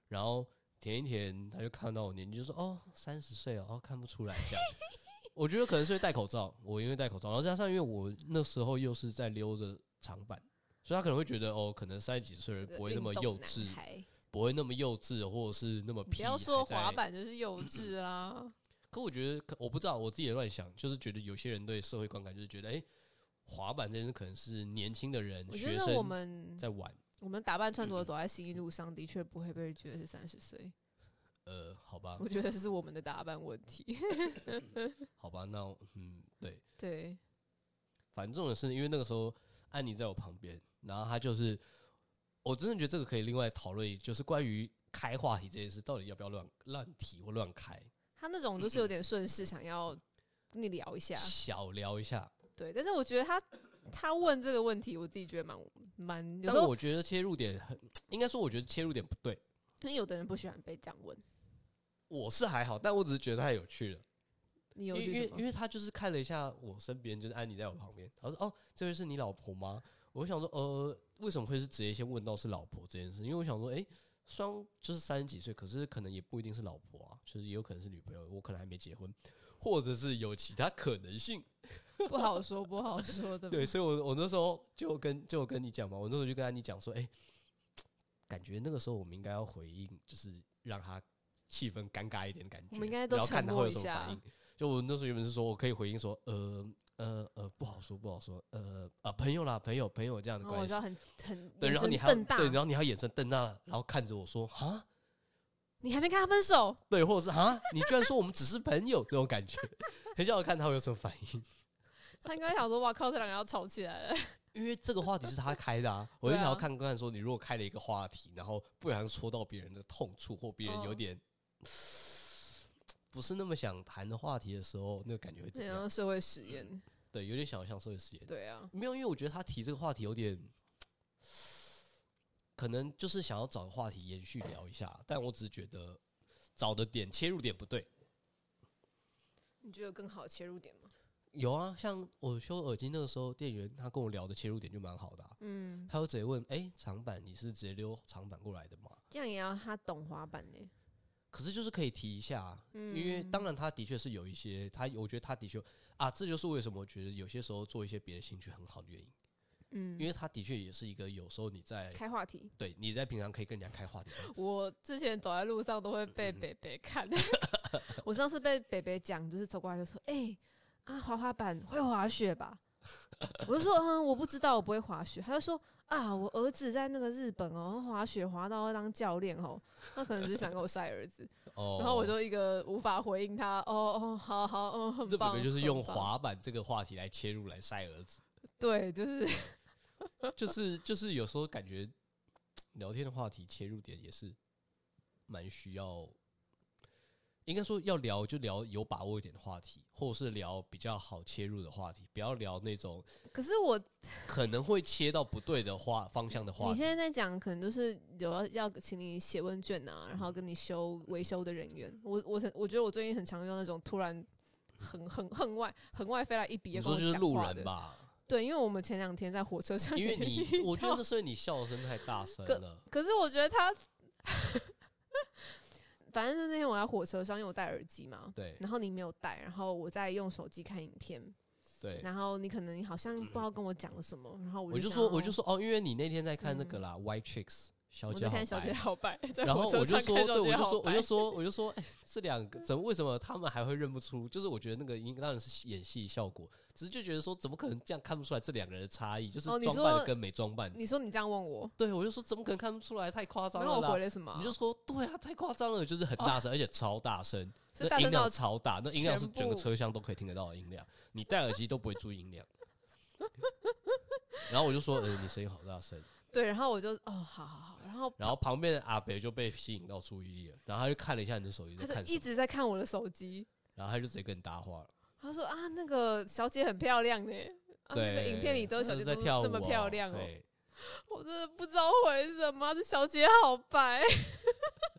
Speaker 1: 然后填一填，他就看到我年纪，就说哦，三十岁哦，哦看不出来这样。 [laughs] 我觉得可能是因为戴口罩，我因为戴口罩，然后加上因为我那时候又是在溜着长板，所以他可能会觉得哦，可能三十几岁
Speaker 2: 这
Speaker 1: 人
Speaker 2: 个
Speaker 1: 不会那
Speaker 2: 运
Speaker 1: 么
Speaker 2: 动
Speaker 1: 幼
Speaker 2: 男
Speaker 1: 稚，
Speaker 2: 孩
Speaker 1: 不会那么幼稚，或者是那么
Speaker 2: 不
Speaker 1: 皮。
Speaker 2: 要说
Speaker 1: 还在
Speaker 2: 滑，板就是幼稚啊。
Speaker 1: 可我觉得可我不知道，我自己也乱想，就是觉得有些人对社会观感就是觉得，哎、滑板这件事可能是年轻的人
Speaker 2: 我觉
Speaker 1: 嗯学
Speaker 2: 得我
Speaker 1: 生
Speaker 2: 们
Speaker 1: 在玩。
Speaker 2: 我们打扮穿着走在行一路上，的确不会被人觉得是三十岁。
Speaker 1: 呃，好吧，
Speaker 2: 我觉得是我们的打扮问题。 [laughs]
Speaker 1: 好吧，那我嗯，对，
Speaker 2: 对，
Speaker 1: 反正重点是因为那个时候安妮在我旁边，然后她就是，我真的觉得这个可以另外讨论一，就是关于开话题这件事，到底要不要乱乱提或乱开，
Speaker 2: 他那种就是有点顺势想要跟你聊一下，
Speaker 1: 小聊一下。
Speaker 2: 对。但是我觉得他他问这个问题，我自己觉得蛮蛮有
Speaker 1: 但
Speaker 2: 时候
Speaker 1: 我觉得切入点很，应该说我觉得切入点不对，
Speaker 2: 因为有的人不喜欢被这样问。
Speaker 1: 我是还好，但我只是觉得太有趣了，
Speaker 2: 你
Speaker 1: 因
Speaker 2: 有
Speaker 1: 为
Speaker 2: 去
Speaker 1: 因
Speaker 2: 什
Speaker 1: 为因
Speaker 2: 么？
Speaker 1: 为她就是看了一下我身边，就是安妮在我旁边，她说：“哦，这位是你老婆吗？”我想说，呃，为什么会是直接先问到是老婆这件事？因为我想说，诶，双就是三十几岁，可是可能也不一定是老婆啊，就是也有可能是女朋友，我可能还没结婚，或者是有其他可能性。
Speaker 2: 不好说，不
Speaker 1: [laughs]
Speaker 2: 好说的。
Speaker 1: 对，，所以我我那时候就跟就跟你讲嘛，我那时候就跟安妮讲说，诶，哎感觉那个时候我们应该要回应，就是让他气氛尴尬一点的感觉，
Speaker 2: 我们应该都
Speaker 1: 然后看
Speaker 2: 沉
Speaker 1: 他
Speaker 2: 默
Speaker 1: 会有
Speaker 2: 一
Speaker 1: 什么反
Speaker 2: 下
Speaker 1: 应。就我那时候原本是说我可以回应说，呃呃呃，不好说不好说，呃啊朋友啦朋友朋友这样
Speaker 2: 然
Speaker 1: 的
Speaker 2: 后哦我
Speaker 1: 关系
Speaker 2: 就。很很
Speaker 1: 对，
Speaker 2: 眼
Speaker 1: 然后
Speaker 2: 神
Speaker 1: 你还要
Speaker 2: 瞪大，
Speaker 1: 对，然后你还要眼神瞪大，然后看着我说：“哈，
Speaker 2: 你还没跟他分手？
Speaker 1: 对，或者是啊，你居然说我们只是朋友这种感觉， [laughs] 很想要看他会有什么反应。
Speaker 2: 他应该想说，哇靠，这两个要吵起来了。
Speaker 1: 因为这个话题是他开的
Speaker 2: [laughs]
Speaker 1: 啊，我就
Speaker 2: 对啊
Speaker 1: 想要看看说，你如果开了一个话题，然后不然戳到别人的痛处，或别人有
Speaker 2: 哦
Speaker 1: 点、不是那么想谈的话题的时候，那个感觉会怎
Speaker 2: 怎
Speaker 1: 么
Speaker 2: 样
Speaker 1: 样？
Speaker 2: 啊社会实验？
Speaker 1: 对，有点想要像社会实验。
Speaker 2: 对啊，
Speaker 1: 没有，因为我觉得他提这个话题有点，可能就是想要找个话题延续聊一下，但我只是觉得找的点切入点不对。
Speaker 2: 你觉得有更好的切入点吗？
Speaker 1: 有啊，像我修耳机那个时候，店员他跟我聊的切入点就蛮好的、啊，
Speaker 2: 嗯，
Speaker 1: 他就直接问：“哎、长板你是直接溜长板过来的吗
Speaker 2: 这样也要他懂滑板呢、？”
Speaker 1: 可是就是可以提一下啊，
Speaker 2: 嗯
Speaker 1: 因为当然他的确是有一些，他我觉得他的确啊，这就是为什么我觉得有些时候做一些别的兴趣很好的原因，
Speaker 2: 嗯，
Speaker 1: 因为他的确也是一个有时候你在
Speaker 2: 开话题。
Speaker 1: 对你在平常可以跟人家开
Speaker 2: [laughs]
Speaker 1: 话题的
Speaker 2: 我之前走在路上都会被
Speaker 1: 嗯
Speaker 2: 北北看， [laughs] 我上次被北北讲，就是走过来就说：“哎、啊，滑滑板会滑雪吧？” [laughs] 我就说：“嗯，我不知道，我不会滑雪。”他就说：“啊，我儿子在那个日本哦，滑雪滑到要当教练哦，那可能就是想跟我晒儿子。”
Speaker 1: [laughs] 哦，
Speaker 2: 然后我就一个无法回应他，哦哦，好好，哦，很
Speaker 1: 这
Speaker 2: 棒，
Speaker 1: 本来就是
Speaker 2: 很
Speaker 1: 用
Speaker 2: 棒，
Speaker 1: 滑板这个话题来切入来晒儿
Speaker 2: [laughs]
Speaker 1: 子，
Speaker 2: 对，就是
Speaker 1: 就是就是有时候感觉聊天的话题切入点也是蛮需要，应该说要聊就聊有把握一点的话题，或者是聊比较好切入的话题，不要聊那种
Speaker 2: 可是我
Speaker 1: 可能会切到不对的话方向的话
Speaker 2: 你
Speaker 1: 题
Speaker 2: 现。在在讲，可能就是有要要请你写问卷
Speaker 1: 嗯
Speaker 2: 啊，然后跟你修维修的人员。我我很我觉得我最近很常用那种突然很很很外很外飞来一笔
Speaker 1: 你
Speaker 2: 要跟
Speaker 1: 说
Speaker 2: 我
Speaker 1: 就是
Speaker 2: 讲
Speaker 1: 路
Speaker 2: 话
Speaker 1: 人
Speaker 2: 的？
Speaker 1: 吧，
Speaker 2: [laughs] 对，因为我们前两天在火车上，
Speaker 1: 因为你，我觉得，那是因为你笑声太大声了。
Speaker 2: [laughs] 可是我觉得他， [laughs] 反正是那天我在火车上，因为我戴耳机嘛，
Speaker 1: 对
Speaker 2: 然后你没有戴，然后我在用手机看影片，
Speaker 1: 对，
Speaker 2: 然后你可能你好像不知道跟我讲了什么，然后我
Speaker 1: 我就
Speaker 2: 就
Speaker 1: 说
Speaker 2: 想
Speaker 1: 我就
Speaker 2: 要嗯
Speaker 1: 说哦，因为你那天在看那个啦，White Chicks》小
Speaker 2: 我
Speaker 1: 姐
Speaker 2: 在
Speaker 1: 好白
Speaker 2: 看小
Speaker 1: [laughs]
Speaker 2: 姐好白， [laughs] 在
Speaker 1: 然后
Speaker 2: 火车
Speaker 1: 我就
Speaker 2: 上
Speaker 1: 说，
Speaker 2: 看小
Speaker 1: 对，我
Speaker 2: 姐
Speaker 1: 就
Speaker 2: 好
Speaker 1: 说，我
Speaker 2: 白
Speaker 1: 就说，我就说，哎，这两个怎么为什么他们还会认不出？就是我觉得那个应当然是演戏效果，只是就觉得说，怎么可能这样看不出来这两个人的差异？就是
Speaker 2: 哦你
Speaker 1: 装扮的
Speaker 2: 说
Speaker 1: 跟没装扮的。
Speaker 2: 你说你这样问我，
Speaker 1: 对，我就说怎么可能看不出来？太夸张
Speaker 2: 然后
Speaker 1: 了
Speaker 2: 我回
Speaker 1: 啦！
Speaker 2: 了什么啊？
Speaker 1: 你就说对啊，太夸张了，就是很
Speaker 2: 哦
Speaker 1: 大声，而且超大
Speaker 2: [laughs]
Speaker 1: 声，
Speaker 2: 是
Speaker 1: 那
Speaker 2: 大
Speaker 1: 音
Speaker 2: 声到
Speaker 1: 量超大，那音量是
Speaker 2: 全
Speaker 1: 整个
Speaker 2: 部
Speaker 1: 车厢都可以听得到的音量，你戴耳机都不会注意音量。 [laughs] 然后我就说，呃，你声音好大声。
Speaker 2: 对，然后我就哦，好好好，然后
Speaker 1: 然后旁边的阿北就被吸引到注意力了，然后他就看了一下你的手机
Speaker 2: 他
Speaker 1: 在
Speaker 2: 就
Speaker 1: 看什
Speaker 2: 一
Speaker 1: 么，
Speaker 2: 直在看我的手机，
Speaker 1: 然后他就直接跟你搭话了。
Speaker 2: 他说啊，那个小姐很漂亮呢、啊，那个
Speaker 1: 对，
Speaker 2: 影片里都
Speaker 1: 那
Speaker 2: 是小姐
Speaker 1: 在
Speaker 2: 都
Speaker 1: 跳舞、
Speaker 2: 那
Speaker 1: 哦，
Speaker 2: 么漂亮哦、
Speaker 1: 对，
Speaker 2: 我真的不知道回什么，啊这小姐好白，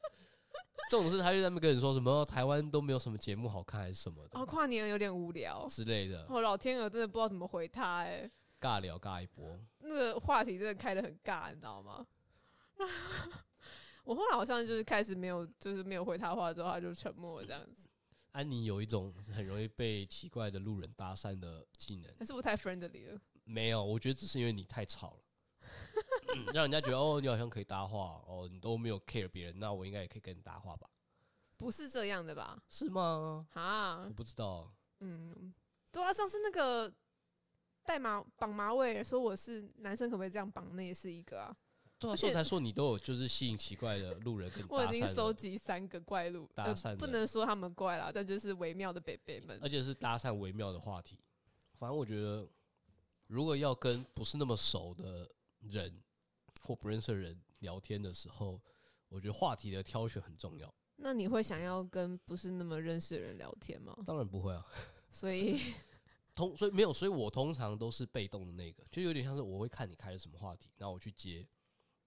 Speaker 2: [laughs]
Speaker 1: 这种事他就在那边跟你说什么哦台湾都没有什么节目好看还是什么的、
Speaker 2: 然后哦跨年有点无聊，哦
Speaker 1: 之类的，
Speaker 2: 我老天鹅真的不知道怎么回他哎、
Speaker 1: 尬聊尬一波。
Speaker 2: 那个话题真的开的很尬，你知道吗？ [laughs] 我后来好像就是开始没有，就是没有回他话之后，他就沉默了这样子。
Speaker 1: 安妮有一种很容易被奇怪的路人搭讪的技能，
Speaker 2: 还是不太 friendly 了。
Speaker 1: 没有，我觉得只是因为你太吵了。嗯让人家觉得哦，你好像可以搭话哦，你都没有 care 别人，那我应该也可以跟你搭话吧？
Speaker 2: 不是这样的吧？
Speaker 1: 是吗？
Speaker 2: 啊
Speaker 1: 我，不知道，
Speaker 2: 嗯，对啊，上次那个戴马绑马尾，说我是男生，可不可以这样绑？那也是一个啊。
Speaker 1: 对啊，
Speaker 2: 而
Speaker 1: 所以
Speaker 2: 且
Speaker 1: 才说你都有就是吸引奇怪的路人跟嗯你搭
Speaker 2: 我已
Speaker 1: 讪
Speaker 2: 经收
Speaker 1: 了，
Speaker 2: 集三个怪路，
Speaker 1: 搭
Speaker 2: 呃
Speaker 1: 讪呃
Speaker 2: 不
Speaker 1: 的
Speaker 2: 能说他们怪啦，但就是微妙的北北们
Speaker 1: 而。且是搭讪微妙的话题。反正我觉得，如果要跟不是那么熟的人或不认识的人聊天的时候，我觉得话题的挑选很重要。
Speaker 2: 那你会想要跟不是那么认识的人聊天吗？
Speaker 1: 当然不会啊，
Speaker 2: 所以
Speaker 1: 通所以没有，所以我通常都是被动的那个，就有点像是我会看你开了什么话题，然后我去接，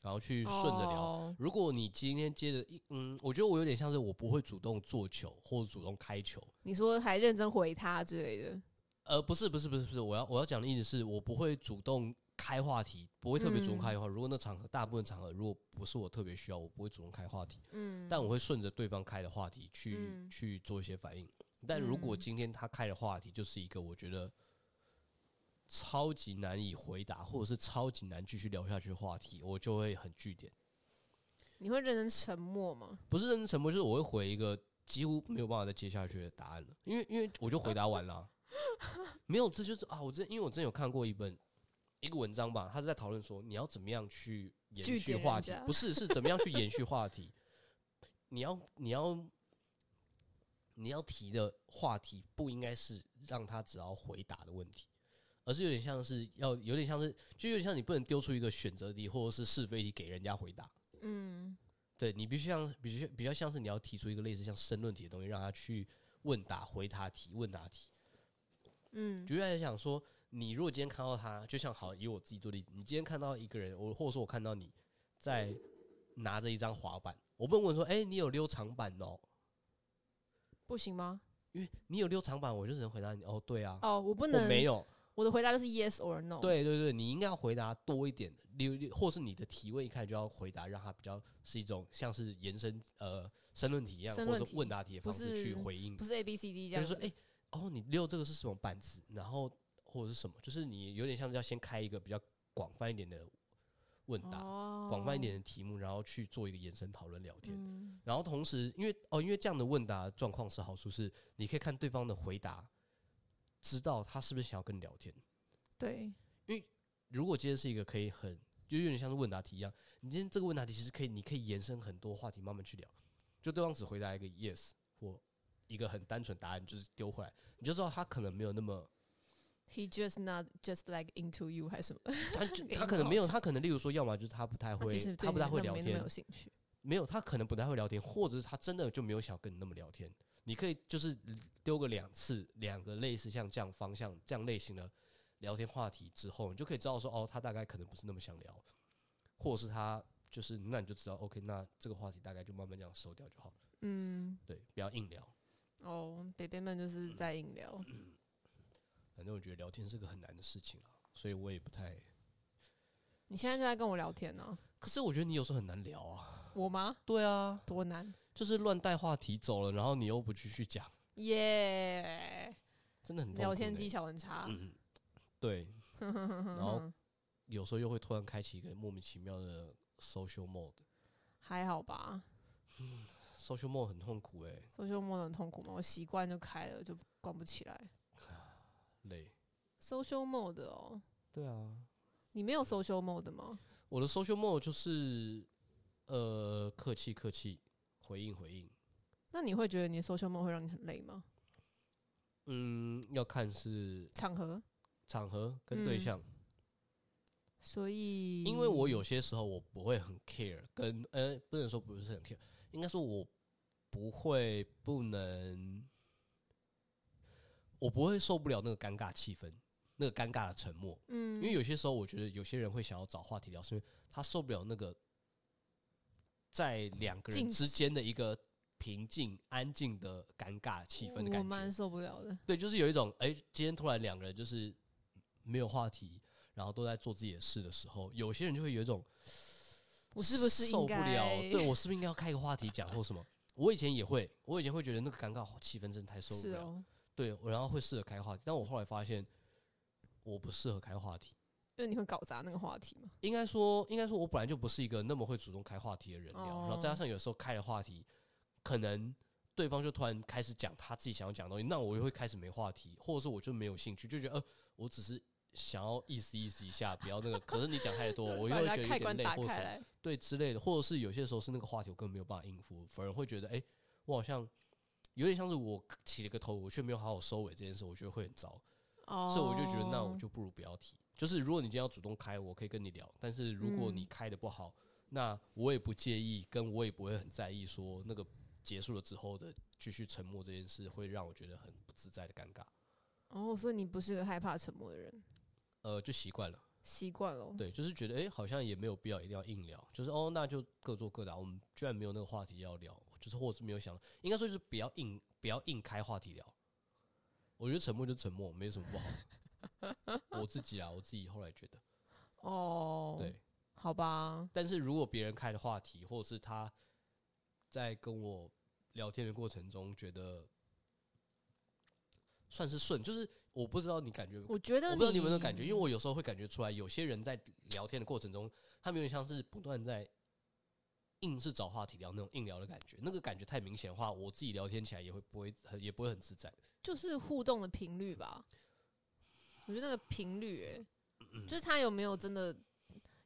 Speaker 1: 然后去 [laughs] 顺着聊。
Speaker 2: 哦
Speaker 1: 如果你今天接着一嗯，我觉得我有点像是我不会主动做球或者主动开球，
Speaker 2: 你说还认真回他之类的，
Speaker 1: 呃，不是不是不是不是，我要我要讲的意思是我不会主动开话题，不会特别主动开话。如果那场合大部分场合，如果不是我特别需要，我不会主动开话题，
Speaker 2: 嗯，
Speaker 1: 但我会顺着对方开的话题去、
Speaker 2: 嗯
Speaker 1: 去做一些反应。但如果
Speaker 2: 嗯
Speaker 1: 今天他开的话题就是一个我觉得超级难以回答，或者是超级难继续聊下去的话题，我就会很据点，
Speaker 2: 你会认真沉默吗？
Speaker 1: 不是认真沉默，就是我会回一个几乎没有办法再接下去的答案了，因为因为我就回答完了啊、没有，这就是啊，我真因为我真有看过一本一个文章吧，他是在讨论说你要怎么样去延
Speaker 2: 据
Speaker 1: 续
Speaker 2: 点
Speaker 1: 话
Speaker 2: 人
Speaker 1: 题
Speaker 2: 家，
Speaker 1: 不是是怎么样去延续话题，你要你要你要提的话题不应该是让他只要回答的问题，而是有点像是要有点像是就有点像你不能丢出一个选择题或者是是非题给人家回答，
Speaker 2: 嗯，
Speaker 1: 对你必须像比较比较像是你要提出一个类似像申论题的东西，让他去问答回答题问答题。
Speaker 2: 嗯，
Speaker 1: 举例来讲说，你如果今天看到他，就像好以我自己做例子，你今天看到一个人，我或者说我看到你在拿着一张滑板，我不能问说，哎、你有溜长板哦？
Speaker 2: 不行吗？
Speaker 1: 因为你有溜长板，我就只能回答你，哦，对啊，
Speaker 2: 哦，我不
Speaker 1: 我
Speaker 2: 能，哦
Speaker 1: 没，有。
Speaker 2: 我的回答就是 yes or no。，
Speaker 1: 对对对，你应该要回答多一点，溜溜，或是你的提问一开始就要回答，让他比较是一种像是延伸呃申论题一样，
Speaker 2: 申
Speaker 1: 或
Speaker 2: 论
Speaker 1: 是
Speaker 2: 题
Speaker 1: 问答题的方
Speaker 2: 不
Speaker 1: 式去
Speaker 2: 是
Speaker 1: 回应
Speaker 2: 不是 A B C D
Speaker 1: 就
Speaker 2: 这样
Speaker 1: 是
Speaker 2: 子。
Speaker 1: 说，哎、哦，你溜这个是什么板子？然后或者是什么？就是你有点像是要先开一个比较广泛一点的问答，
Speaker 2: 哦，
Speaker 1: 广、泛一点的题目，然后去做一个延伸讨论聊天。
Speaker 2: 嗯，
Speaker 1: 然后同时，因为哦，因为这样的问答状况是好处是，你可以看对方的回答，知道他是不是想要跟你聊天。
Speaker 2: 对，
Speaker 1: 如果今天是一个可以很，就有点像是问答题一样，你今天这个问答题其实可以，你可以延伸很多话题，慢慢去聊。就对方只回答一个 yes 或一个很单纯答案，就是丢回来，你就知道他可能没有那么，
Speaker 2: He just not just like into you 还是什么？
Speaker 1: 他就
Speaker 2: [laughs] 给
Speaker 1: 他可
Speaker 2: 你
Speaker 1: 能没有，
Speaker 2: 好笑
Speaker 1: 他可能例如说，要么就是他不太
Speaker 2: 他其
Speaker 1: 会
Speaker 2: 实，
Speaker 1: 他
Speaker 2: 对
Speaker 1: 不
Speaker 2: 你
Speaker 1: 太会
Speaker 2: 那
Speaker 1: 聊
Speaker 2: 没那么
Speaker 1: 天
Speaker 2: 有，兴趣。
Speaker 1: 没有，他可能不太会聊天，或者是他真的就没有想跟你那么聊天。你可以就是丢个两次，两个类似像这样方向、这样类型的聊天话题之后，你就可以知道说，哦，他大概可能不是那么想聊，或者是他就是，那你就知道，OK，那这个话题大概就慢慢这样收掉就好了。
Speaker 2: 嗯，
Speaker 1: 对，不要硬聊。
Speaker 2: 哦，北北们就是在硬聊。
Speaker 1: 反正我觉得聊天是个很难的事情啊，所以我也不太。
Speaker 2: 你现在就在跟我聊天呢、
Speaker 1: 可是我觉得你有时候很难聊啊。
Speaker 2: 我吗？
Speaker 1: 对啊，
Speaker 2: 多难
Speaker 1: 就是乱带话题走了，然后你又不继续讲，
Speaker 2: 耶
Speaker 1: 真的很痛苦
Speaker 2: 聊天
Speaker 1: 呢
Speaker 2: 技巧很啊差。
Speaker 1: 嗯，对，
Speaker 2: [laughs] 然
Speaker 1: 后有时候又会突然开启一个莫名其妙的 social mode。
Speaker 2: 还好吧，
Speaker 1: social mode 很痛苦哎、
Speaker 2: 周休摸得很痛苦嘛，我习惯就开了，就关不起来。
Speaker 1: 累。
Speaker 2: social mode 哦，
Speaker 1: 对啊，
Speaker 2: 你没有 social mode 吗？
Speaker 1: 我的 social mode 就是呃客气客气，回应回应。
Speaker 2: 那你会觉得你的 social mode 会让你很累吗？
Speaker 1: 嗯，要看是
Speaker 2: 场合，
Speaker 1: 场合跟对
Speaker 2: 嗯
Speaker 1: 象，
Speaker 2: 所以
Speaker 1: 因为我有些时候我不会很 care，跟呃不能说不是很 care，应该说我不会不能，我不会受不了那个尴尬气氛，那个尴尬的沉默。
Speaker 2: 嗯，
Speaker 1: 因为有些时候，我觉得有些人会想要找话题聊，是因为他受不了那个在两个人
Speaker 2: 静
Speaker 1: 之间的一个平静、安静的尴尬气氛的
Speaker 2: 我
Speaker 1: 感
Speaker 2: 蛮
Speaker 1: 觉。
Speaker 2: 受不了的。
Speaker 1: 对，就是有一种哎、今天突然两个人就是没有话题，然后都在做自己的事的时候，有些人就会有一种
Speaker 2: 我是不是
Speaker 1: 受
Speaker 2: 应
Speaker 1: 不
Speaker 2: 该
Speaker 1: 了？对我是不是应该要开个话题讲或什么？我以前也会，我以前会觉得那个尴尬气氛真的太受不
Speaker 2: 是
Speaker 1: 了。
Speaker 2: 哦，
Speaker 1: 对，我然后会试着开话题，但我后来发现我不适合开话题。
Speaker 2: 因为你会搞砸那个话题嘛。
Speaker 1: 应该说，应该说，我本来就不是一个那么会主动开话题的人聊，
Speaker 2: 哦
Speaker 1: 然后再加上有时候开了话题，可能对方就突然开始讲他自己想要讲的东西，那我又会开始没话题，或者是我就没有兴趣，就觉得呃，我只是想要意思意思一下，不要那个。可是你讲
Speaker 2: [laughs]
Speaker 1: 太多，我又
Speaker 2: 把
Speaker 1: 会
Speaker 2: 人家
Speaker 1: 觉得有
Speaker 2: 开
Speaker 1: 点
Speaker 2: 关
Speaker 1: 累，
Speaker 2: 打
Speaker 1: 或者
Speaker 2: 开
Speaker 1: 什么
Speaker 2: 来，
Speaker 1: 对之类的，或者是有些时候是那个话题我根本没有办法应付，反而会觉得哎、诶我好像有点像是我起了个头，我却没有好好收尾这件事，我觉得会很糟。
Speaker 2: 哦，
Speaker 1: 所以我就觉得，那我就不如不要提。就是如果你今天要主动开，我可以跟你聊；但是如果你
Speaker 2: 嗯
Speaker 1: 开的不好，那我也不介意，跟我也不会很在意说那个结束了之后的继续沉默这件事，会让我觉得很不自在的尴尬。
Speaker 2: 哦，所以你不是个害怕沉默的人，
Speaker 1: 呃，就习惯了，
Speaker 2: 习惯了。
Speaker 1: 对，就是觉得诶，好像也没有必要一定要硬聊，就是哦，那就各做各的啊。我们居然没有那个话题要聊，就是或者是没有想，应该说就是不要硬不要硬开话题聊。我觉得沉默就沉默，没什么不好。
Speaker 2: [laughs]
Speaker 1: 我自己啊啦，我自己后来觉得，
Speaker 2: 哦，
Speaker 1: 对，，
Speaker 2: 好吧，
Speaker 1: 但是如果别人开的话题，或者是他在跟我聊天的过程中，觉得算是顺，就是我不知道你感觉，我
Speaker 2: 我觉得
Speaker 1: 不知道你有没有感觉，因为我有时候会感觉出来，有些人在聊天的过程中，他们有点像是不断在硬是找话题聊那种硬聊的感觉，那个感觉太明显的话，我自己聊天起来也会不会很也不会很自在。
Speaker 2: 就是互动的频率吧。我觉得那个频率、欸，
Speaker 1: 嗯
Speaker 2: 就是他有没有真的，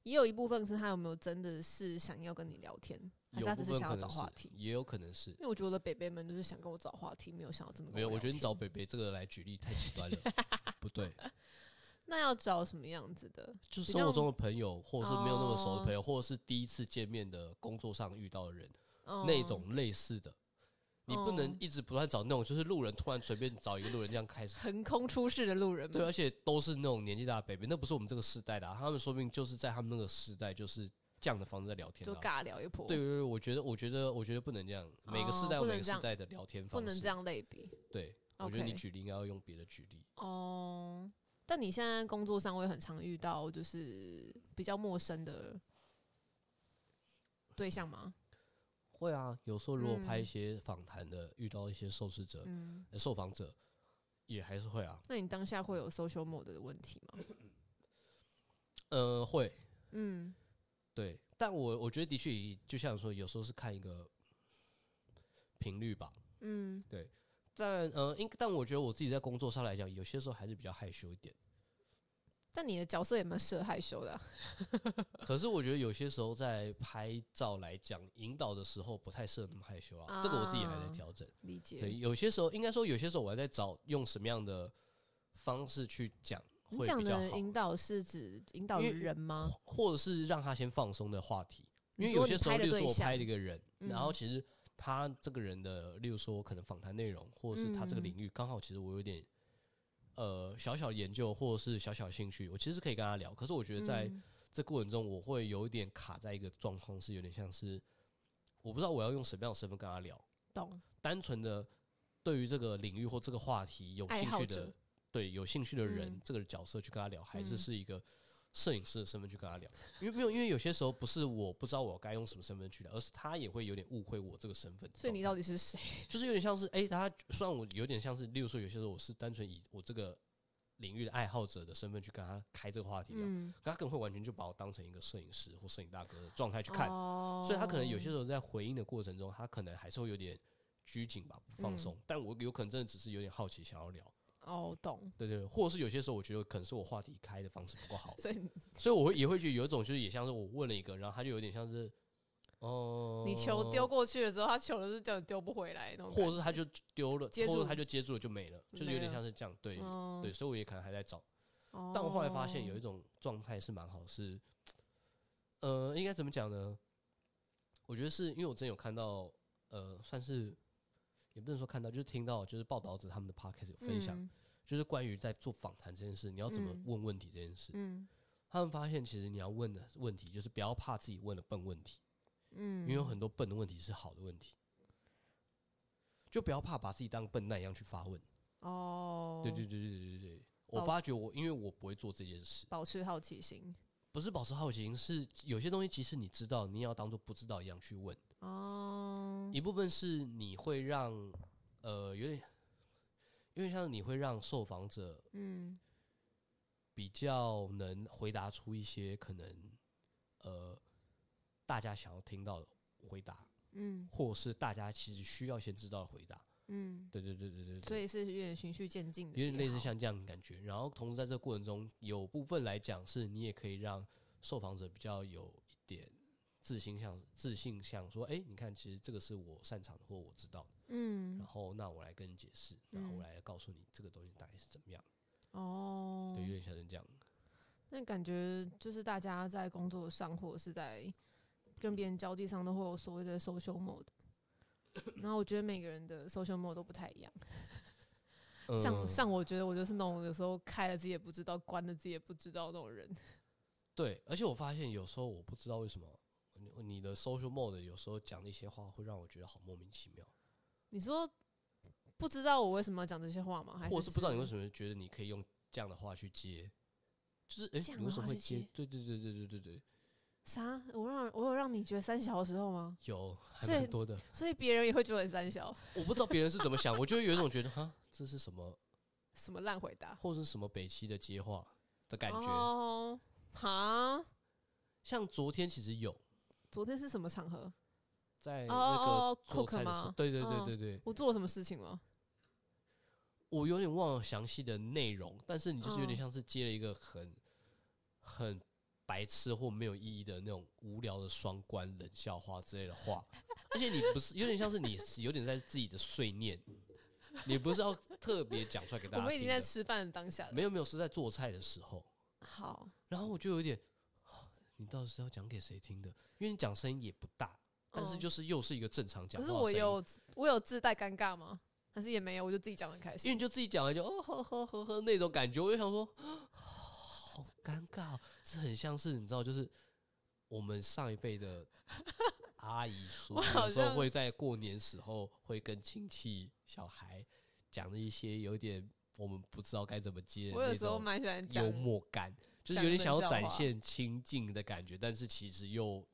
Speaker 2: 也有一部分是他有没有真的是想要跟你聊天。还是
Speaker 1: 有
Speaker 2: 他
Speaker 1: 部
Speaker 2: 只是
Speaker 1: 分
Speaker 2: 想
Speaker 1: 可
Speaker 2: 要找
Speaker 1: 能
Speaker 2: 话
Speaker 1: 是
Speaker 2: 题，
Speaker 1: 也有可能是
Speaker 2: 因为我觉得北北们都是想跟我找话题，没有想要真的跟
Speaker 1: 没有。我
Speaker 2: 聊
Speaker 1: 觉得你
Speaker 2: 天
Speaker 1: 找北北这个来举例太极端了，
Speaker 2: [laughs]
Speaker 1: 不对，
Speaker 2: 那要找什么样子的？
Speaker 1: 就是
Speaker 2: 比
Speaker 1: 生活
Speaker 2: 较
Speaker 1: 中的朋友，或者是没有那么熟的
Speaker 2: 哦
Speaker 1: 朋友，或者是第一次见面的工作上遇到的人，
Speaker 2: 嗯
Speaker 1: 那种类似的。你不能
Speaker 2: 哦
Speaker 1: 一直不断找那种，就是路人突然随便找一个路人这样开始，
Speaker 2: 横空出世的路人
Speaker 1: 对，
Speaker 2: 们，
Speaker 1: 而且都是那种年纪大的 baby，那不是我们这个世代的、啊，他们说不定就是在他们那个世代就是这样的方式在聊天、
Speaker 2: 就
Speaker 1: 啊。
Speaker 2: 尬聊一波，
Speaker 1: 对对对，我觉得，我觉得，我觉得不能这样，每个世
Speaker 2: 哦
Speaker 1: 代有
Speaker 2: 不
Speaker 1: 每
Speaker 2: 能
Speaker 1: 个
Speaker 2: 这
Speaker 1: 世
Speaker 2: 样
Speaker 1: 代的聊天方
Speaker 2: 不
Speaker 1: 式，
Speaker 2: 能这。样类比
Speaker 1: 对，我觉得你
Speaker 2: OK
Speaker 1: 举例应该要用别的举例。
Speaker 2: 哦。但你现在工作上会很常遇到就是比较陌生的对象吗？
Speaker 1: 会啊，有时候如果拍一
Speaker 2: 嗯
Speaker 1: 些访谈的，遇到一些受试者、
Speaker 2: 嗯，
Speaker 1: 呃受访者，也还是会啊，
Speaker 2: 那你当下会有 social mode 的问题吗？
Speaker 1: 呃，会，
Speaker 2: [coughs] 嗯，
Speaker 1: 对，但我我觉得的确也，就像说，有时候是看一个频率吧。
Speaker 2: 嗯，
Speaker 1: 但呃，应但我觉得我自己在工作上来讲，有些时候还是比较害羞一点。
Speaker 2: 但你的角色也蛮适合害羞的啊、
Speaker 1: 可是我觉得有些时候在拍照来讲，引导的时候不太适合那么害羞啊，这个我自己还在
Speaker 2: 啊
Speaker 1: 调整。
Speaker 2: 理
Speaker 1: 对，
Speaker 2: 解。
Speaker 1: 有些时候应该说，有些时候我还在找用什么样的方式去讲
Speaker 2: 你
Speaker 1: 会
Speaker 2: 讲
Speaker 1: 比较
Speaker 2: 的
Speaker 1: 好，
Speaker 2: 引导是指引导
Speaker 1: 因为
Speaker 2: 人吗？
Speaker 1: 或者是让他先放松的话题。因为
Speaker 2: 你
Speaker 1: 有
Speaker 2: 说
Speaker 1: 些
Speaker 2: 你
Speaker 1: 时候，
Speaker 2: 拍的
Speaker 1: 例如说
Speaker 2: 对
Speaker 1: 我拍
Speaker 2: 象
Speaker 1: 了一个人，然后
Speaker 2: 嗯
Speaker 1: 其实他这个人的，例如说可能访谈内容，或者是他这个
Speaker 2: 嗯
Speaker 1: 领域，刚好其实我有点呃小小的研究，或者是小小的兴趣，我其实是可以跟他聊。可是我觉得在
Speaker 2: 嗯
Speaker 1: 这过程中，我会有一点卡在一个状况，是有点像是我不知道我要用什么样的身份跟他聊，
Speaker 2: 懂
Speaker 1: 单纯的对于这个领域或这个话题有
Speaker 2: 爱
Speaker 1: 兴
Speaker 2: 好
Speaker 1: 趣
Speaker 2: 者
Speaker 1: 的，对有兴趣的人、
Speaker 2: 嗯
Speaker 1: 这个角色去跟他聊，还是
Speaker 2: 嗯
Speaker 1: 是一个摄影师的身份去跟他聊？因为没有，因为有些时候不是我不知道我该用什么身份去聊，而是他也会有点误会我这个身份。
Speaker 2: 所以你到底是谁？啊
Speaker 1: 就是有点像是，哎、他虽然我有点像是，例如说有些时候我是单纯以我这个领域的爱好者的身份去跟他开这个话题聊，
Speaker 2: 嗯，
Speaker 1: 可他可能会完全就把我当成一个摄影师或摄影大哥的状态去看。
Speaker 2: 哦
Speaker 1: 所以他可能有些时候在回应的过程中，他可能还是会有点拘谨吧，不
Speaker 2: 嗯
Speaker 1: 放松。但我有可能真的只是有点好奇，想要聊，
Speaker 2: 哦懂，
Speaker 1: 对对对，或者是有些时候我觉得可能是我话题开的方式不够
Speaker 2: [laughs]，
Speaker 1: 好
Speaker 2: 所以
Speaker 1: 所以我会也会觉得有一种就是也像是我问了一个，然后他就有点像是，哦、
Speaker 2: 你球丢，过去的时候，他球的是叫你丢不回来那种感觉，
Speaker 1: 或者是他就丢了，
Speaker 2: 接
Speaker 1: 或者
Speaker 2: 住
Speaker 1: 他就接住了就没了，就是有点
Speaker 2: 没了
Speaker 1: 像是这样，对、
Speaker 2: 嗯
Speaker 1: 对，，所以我也可能还在找。
Speaker 2: 哦
Speaker 1: 但我后来发现有一种状态是蛮好，是，呃，应该怎么讲呢？我觉得是因为我之前有看到，呃，算是也不能说看到，就是听到，就是报道者他们的 podcast 有分享，
Speaker 2: 嗯
Speaker 1: 就是关于在做访谈这件事，你要怎么
Speaker 2: 嗯
Speaker 1: 问问题这件事。
Speaker 2: 嗯
Speaker 1: 他们发现，其实你要问的问题，就是不要怕自己问了笨问题，
Speaker 2: 嗯，
Speaker 1: 因为有很多笨的问题是好的问题，就不要怕把自己当笨蛋一样去发问。
Speaker 2: 哦，
Speaker 1: 对对对对对对对，我
Speaker 2: 哦
Speaker 1: 发觉我因为我不会做这件事。
Speaker 2: 保持好奇心
Speaker 1: 不是保持好奇心，是有些东西即使你知道，你也要当做不知道一样去问。
Speaker 2: 哦，
Speaker 1: 一部分是你会让呃有点，有点像是你会让受访者
Speaker 2: 嗯
Speaker 1: 比较能回答出一些可能呃大家想要听到的回答，
Speaker 2: 嗯
Speaker 1: 或是大家其实需要先知道的回答。
Speaker 2: 嗯，
Speaker 1: 对对对对对对，
Speaker 2: 所以是有点循序渐进的
Speaker 1: 有
Speaker 2: 也好，
Speaker 1: 点类似像这样的感觉。然后同时在这个过程中，有部分来讲是你也可以让受访者比较有一点自信像自信像说，哎、你看，其实这个是我擅长的或我知道的，然
Speaker 2: 嗯
Speaker 1: 后那我来跟你解释，然后我
Speaker 2: 嗯
Speaker 1: 来告诉你这个东西大概是怎么样，
Speaker 2: 哦
Speaker 1: 对，，有点像是这样。
Speaker 2: 那感觉就是大家在工作上或者是在
Speaker 1: 嗯
Speaker 2: 跟别人交际上都会有所谓的
Speaker 1: [coughs]
Speaker 2: social mode。然后我觉得每个人的 social mode 都不太一样，像
Speaker 1: 嗯
Speaker 2: 像我觉得我就是那种有时候开了自己也不知道，关了自己也不知道那种人。
Speaker 1: 对，而且我发现有时候我不知道为什么。你你的 social mode 有时候讲的一些话会让我觉得好莫名其妙，
Speaker 2: 你说不知道我为什么要讲这些话哦吗？还
Speaker 1: 或者
Speaker 2: 是
Speaker 1: 是不知道你为
Speaker 2: 么？
Speaker 1: 什么觉得你可以用这样的话去接，就是哎、
Speaker 2: 这样
Speaker 1: 你为
Speaker 2: 的
Speaker 1: 什么
Speaker 2: 话
Speaker 1: 会
Speaker 2: 去
Speaker 1: 接
Speaker 2: 接？
Speaker 1: 对对对对对对对，
Speaker 2: 啥？我让我有让你觉得三小的时候吗？
Speaker 1: 有，还
Speaker 2: 所以
Speaker 1: 蛮多的。
Speaker 2: 所以别人也会觉得你三小，
Speaker 1: 我不知道别人是怎么想，我就会有一种觉得，哈，这是什么，
Speaker 2: 什么烂回答？
Speaker 1: 或是什么北齐的接话的感觉。
Speaker 2: 哦，哈，
Speaker 1: 像昨天其实有
Speaker 2: 昨天是什么场合？
Speaker 1: 在那
Speaker 2: 哦
Speaker 1: 个做
Speaker 2: ，cook
Speaker 1: 菜的时候，
Speaker 2: 吗
Speaker 1: 对对对
Speaker 2: 嗯
Speaker 1: 对对，
Speaker 2: 我做了什么事情吗？
Speaker 1: 我有点忘了详细的内容，但是你就是有点
Speaker 2: 嗯
Speaker 1: 像是接了一个很很白痴或没有意义的那种无聊的双关、冷笑话之类的话，而且你不是有点像是你有点在自己的碎念，你不是要特别讲出来给大
Speaker 2: 我
Speaker 1: 家
Speaker 2: 们已
Speaker 1: 听
Speaker 2: 经
Speaker 1: 的
Speaker 2: 在吃饭的当下了。
Speaker 1: 没有没有是在做菜的时候，
Speaker 2: 好，
Speaker 1: 然后我就有一点，啊你到底是要讲给谁听的？因为你讲声音也不大，但是
Speaker 2: 嗯
Speaker 1: 就是又是一个正常讲话
Speaker 2: 可是
Speaker 1: 的
Speaker 2: 我
Speaker 1: 声音
Speaker 2: 有我有自带尴尬吗？还是也没有？我就自己讲得很开
Speaker 1: 因为
Speaker 2: 心。
Speaker 1: 你就自己讲了就哦呵呵呵呵那种感觉，我就想说，哦好尴尬哦，这很像是你知道，就是我们上一辈的阿姨叔
Speaker 2: [laughs] 我
Speaker 1: 叔
Speaker 2: 好
Speaker 1: 有时候
Speaker 2: 像
Speaker 1: 会在过年时候会跟亲戚小孩讲的一些有点我们不知道该怎么接的
Speaker 2: 我有
Speaker 1: 那
Speaker 2: 时候
Speaker 1: 种
Speaker 2: 蛮喜欢讲
Speaker 1: 幽，默感，就是
Speaker 2: 讲
Speaker 1: 有点
Speaker 2: 冷
Speaker 1: 想要
Speaker 2: 笑
Speaker 1: 展
Speaker 2: 话
Speaker 1: 现亲近的感觉，但是其实又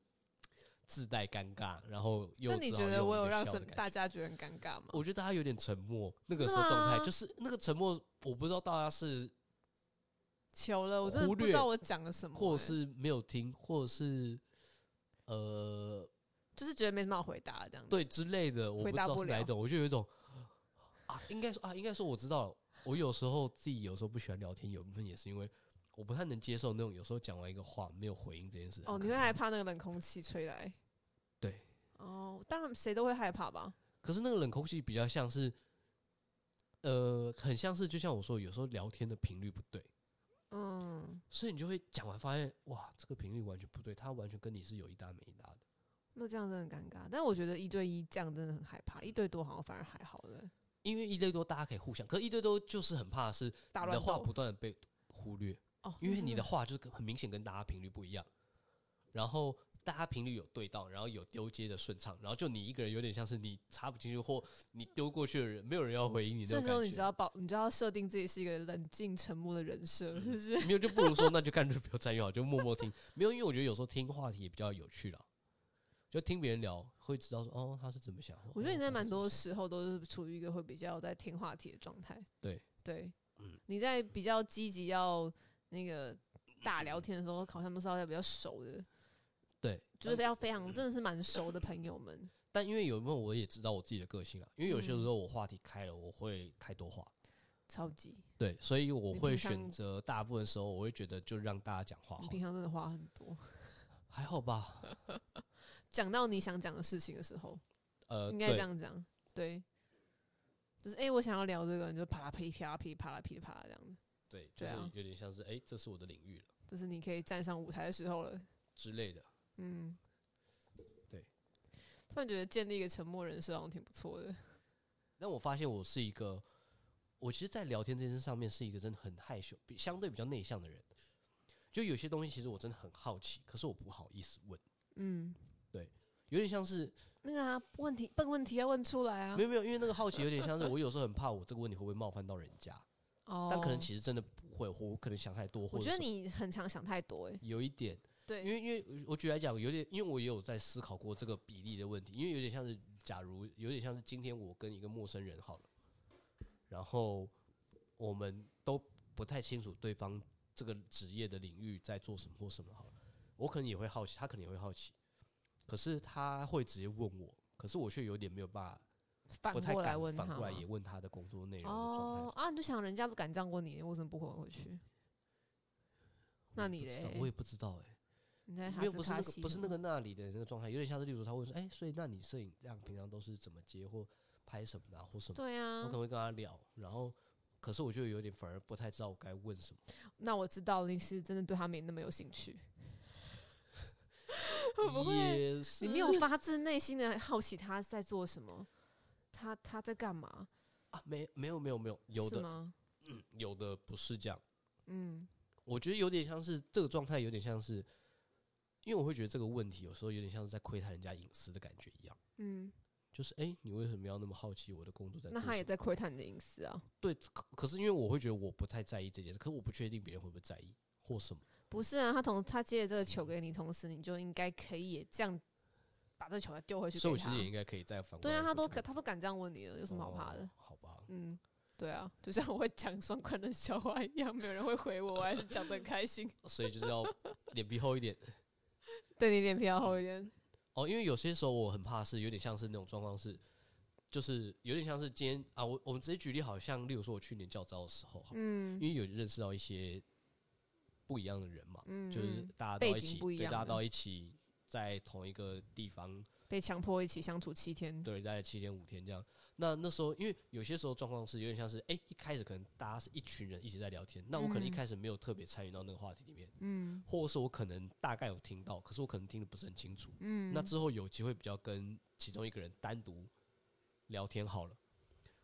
Speaker 1: 自带尴尬，然后又
Speaker 2: 那你
Speaker 1: 只
Speaker 2: 觉
Speaker 1: 好
Speaker 2: 得
Speaker 1: 用
Speaker 2: 我
Speaker 1: 一
Speaker 2: 有
Speaker 1: 个
Speaker 2: 让
Speaker 1: 笑
Speaker 2: 什
Speaker 1: 的感觉
Speaker 2: 大家觉得很尴尬吗？
Speaker 1: 我觉得大家有点沉默，那个时
Speaker 2: 真
Speaker 1: 候
Speaker 2: 的
Speaker 1: 状态
Speaker 2: 吗
Speaker 1: 就是那个沉默，我不知道大家是
Speaker 2: 求了，我真的
Speaker 1: 忽
Speaker 2: 不知
Speaker 1: 略
Speaker 2: 道我讲了什么、
Speaker 1: 或者
Speaker 2: 欸
Speaker 1: 是没有听，或者是呃
Speaker 2: 就是觉得没什么好回答这样子。
Speaker 1: 对之类的，我
Speaker 2: 回
Speaker 1: 不知
Speaker 2: 答
Speaker 1: 道
Speaker 2: 不
Speaker 1: 是哪一
Speaker 2: 了
Speaker 1: 种，我就有一种啊，应该说啊，应该说我知道了，我有时候自己有时候不喜欢聊天，有部分也是因为我不太能接受那种有时候讲完一个话没有回应这件事。
Speaker 2: 哦，
Speaker 1: 很
Speaker 2: 你
Speaker 1: 可
Speaker 2: 会
Speaker 1: 怕
Speaker 2: 害怕那个冷空气吹来？
Speaker 1: 对。
Speaker 2: 哦，当然谁都会害怕吧。
Speaker 1: 可是那个冷空气比较像是，呃，很像是就像我说，有时候聊天的频率不对。
Speaker 2: 嗯，
Speaker 1: 所以你就会讲完发现，哇，这个频率完全不对，他完全跟你是有一搭没一搭的。
Speaker 2: 那这样真的很尴尬。但我觉得一对一这样真的很害怕，一对多好像反而还好了。
Speaker 1: 因为一对多大家可以互相，可一对多就是很怕的是
Speaker 2: 大
Speaker 1: 你
Speaker 2: 乱
Speaker 1: 的话
Speaker 2: 斗
Speaker 1: 不断的被忽略，
Speaker 2: 哦，
Speaker 1: 因
Speaker 2: 那
Speaker 1: 为
Speaker 2: 真
Speaker 1: 你的话就是跟很明显跟大家频率不一样，然后大家频率有对到，然后有丢接的顺畅，然后就你一个人有点像是你插不进去或你丢过去的人，没有人要回应你那
Speaker 2: 这
Speaker 1: 种
Speaker 2: 时候
Speaker 1: 感
Speaker 2: 你就
Speaker 1: 觉。
Speaker 2: 要保，你就要设定自己是一个冷静沉默的人设，
Speaker 1: 嗯
Speaker 2: 是不是？
Speaker 1: 没有就不如说，那就干脆不要参与好，就默默听。没有，因为我觉得有时候听话题也比较有趣了，就听别人聊会知道说哦他是怎么想。
Speaker 2: 我觉
Speaker 1: 哦
Speaker 2: 得你
Speaker 1: 他
Speaker 2: 在
Speaker 1: 是
Speaker 2: 蛮
Speaker 1: 怎么
Speaker 2: 多
Speaker 1: 想
Speaker 2: 时候都是处于一个会比较在听话题的状态。
Speaker 1: 对
Speaker 2: 对，
Speaker 1: 嗯
Speaker 2: 你在比较积极要那个大聊天的时候，好像都是要在比较熟的，
Speaker 1: 对，
Speaker 2: 就是非常非常真的是蛮熟的朋友们。
Speaker 1: 但因为有一部分我也知道我自己的个性啊，因为有些时
Speaker 2: 嗯
Speaker 1: 候我话题开了，我会太多话，
Speaker 2: 超级，
Speaker 1: 对，所以我
Speaker 2: 你
Speaker 1: 会
Speaker 2: 平常
Speaker 1: 选择大部分时候，我会觉得就让大家讲话好
Speaker 2: 你
Speaker 1: 了，
Speaker 2: 平常真的话很多，
Speaker 1: 还好吧？
Speaker 2: 讲到你想讲的事情的时候，
Speaker 1: 呃，
Speaker 2: 应该这
Speaker 1: 对，
Speaker 2: 样讲，对。就是哎、诶我想要聊这个，你就啪啦噼里啪啦噼里啪啦噼里啪啦这样，
Speaker 1: 对，就
Speaker 2: 对
Speaker 1: 是
Speaker 2: 啊
Speaker 1: 有点像是哎、这是我的领域了
Speaker 2: 这是你可以站上舞台的时候了。
Speaker 1: 之类的。
Speaker 2: 嗯，
Speaker 1: 对。
Speaker 2: 突然觉得建立一个沉默人设好像挺不错的。
Speaker 1: 但我发现我是一个，我其实，在聊天这件事上面是一个真的很害羞，比相对比较内向的人。就有些东西其实我真的很好奇，可是我不好意思问，
Speaker 2: 嗯，
Speaker 1: 有点像是
Speaker 2: 那个啊，问题笨问题要问出来啊
Speaker 1: 没。有没有，因为那个好奇有点像是我有时候很怕我这个问题会不会冒犯到人家，
Speaker 2: 哦
Speaker 1: 但可能其实真的不会，或我可能想太多，或
Speaker 2: 我
Speaker 1: 者
Speaker 2: 觉得
Speaker 1: 是
Speaker 2: 你很常想太多哎、
Speaker 1: 有一点，
Speaker 2: 对，
Speaker 1: 因为因为我举来讲，有点，因为我也有在思考过这个比例的问题，因为有点像是，假如有点像是今天我跟一个陌生人好了，然后我们都不太清楚对方这个职业的领域在做什么或什么好了，我可能也会好奇，他可能也会好奇，可是他会直接问我，可是我却有点没有办法，
Speaker 2: 反
Speaker 1: 不太
Speaker 2: 过来
Speaker 1: 敢
Speaker 2: 问他
Speaker 1: 反过来
Speaker 2: 吗
Speaker 1: 也问他的工作内容的状态
Speaker 2: 哦。啊，你就想人家都敢这样问你，为什么不回回去？那
Speaker 1: 我也
Speaker 2: 你
Speaker 1: 不知道
Speaker 2: 嘞
Speaker 1: 我也不知道哎、
Speaker 2: 你在哈
Speaker 1: 没有，不
Speaker 2: 斯
Speaker 1: 是那
Speaker 2: 卡
Speaker 1: 个，
Speaker 2: 西
Speaker 1: 不是
Speaker 2: 什
Speaker 1: 那
Speaker 2: 么
Speaker 1: 个那里的那个状态，有点像是，例如他会说，哎、所以那你摄影量平常都是怎么接或拍什么的啊、或什么？
Speaker 2: 对
Speaker 1: 我
Speaker 2: 啊
Speaker 1: 可能，会跟他聊，然后可是我就有点反而不太知道我该问什么。
Speaker 2: 那我知道了，你其实真的对他没那么有兴趣， [laughs]
Speaker 1: 嗯
Speaker 2: 不会啊
Speaker 1: 也是
Speaker 2: 你没有发自内心的好奇他在做什么，他他在干嘛？
Speaker 1: 啊，没没有没有没有，有
Speaker 2: 是
Speaker 1: 的
Speaker 2: 吗？
Speaker 1: 有的不是这样，
Speaker 2: 嗯，
Speaker 1: 我觉得有点像是这个状态，有点像是，因为我会觉得这个问题有时候有点像是在窥探人家隐私的感觉一样，
Speaker 2: 嗯，
Speaker 1: 就是哎、诶你为什么要那么好奇我的工作在做
Speaker 2: 那
Speaker 1: 什么？
Speaker 2: 他也在窥探你的隐私啊？
Speaker 1: 对，可可是因为我会觉得我不太在意这件事，可是我不确定别人会不会在意或什么。
Speaker 2: 不是啊，他同他接了这个球给你，同时你就应该可以也这样把这球再丢回去
Speaker 1: 所以
Speaker 2: 给
Speaker 1: 我其实也
Speaker 2: 他。
Speaker 1: 应该可以再反过
Speaker 2: 对
Speaker 1: 来
Speaker 2: 啊，
Speaker 1: 回
Speaker 2: 他都
Speaker 1: 去
Speaker 2: 敢他都敢这样问你了，有什么好怕的？
Speaker 1: 哦好吧，
Speaker 2: 嗯，对啊，就像我会讲双关的笑话一样，没有人会回我，我还是讲的很开心。
Speaker 1: 所以就是要脸皮厚一点
Speaker 2: 对你脸皮要厚一点，
Speaker 1: 哦。因为有些时候我很怕是有点像是那种状况是，就是有点像是今天啊，我我们直接举例，好像例如说我去年教招的时候，
Speaker 2: 嗯
Speaker 1: 因为有认识到一些不一样的人嘛，
Speaker 2: 嗯，
Speaker 1: 就是
Speaker 2: 嗯
Speaker 1: 大家
Speaker 2: 背
Speaker 1: 到一
Speaker 2: 景
Speaker 1: 起，
Speaker 2: 不一
Speaker 1: 对，
Speaker 2: 样
Speaker 1: 大家
Speaker 2: 的
Speaker 1: 到一起在同一个地方，
Speaker 2: 被强迫一起相处七天，
Speaker 1: 对，大概七天五天这样。那那时候，因为有些时候状况是有点像是，哎、一开始可能大家是一群人一起在聊天，那我可能一
Speaker 2: 嗯
Speaker 1: 开始没有特别参与到那个话题里面，
Speaker 2: 嗯
Speaker 1: 或者是我可能大概有听到，可是我可能听得不是很清楚。
Speaker 2: 嗯，
Speaker 1: 那之后有机会比较跟其中一个人单独聊天好了。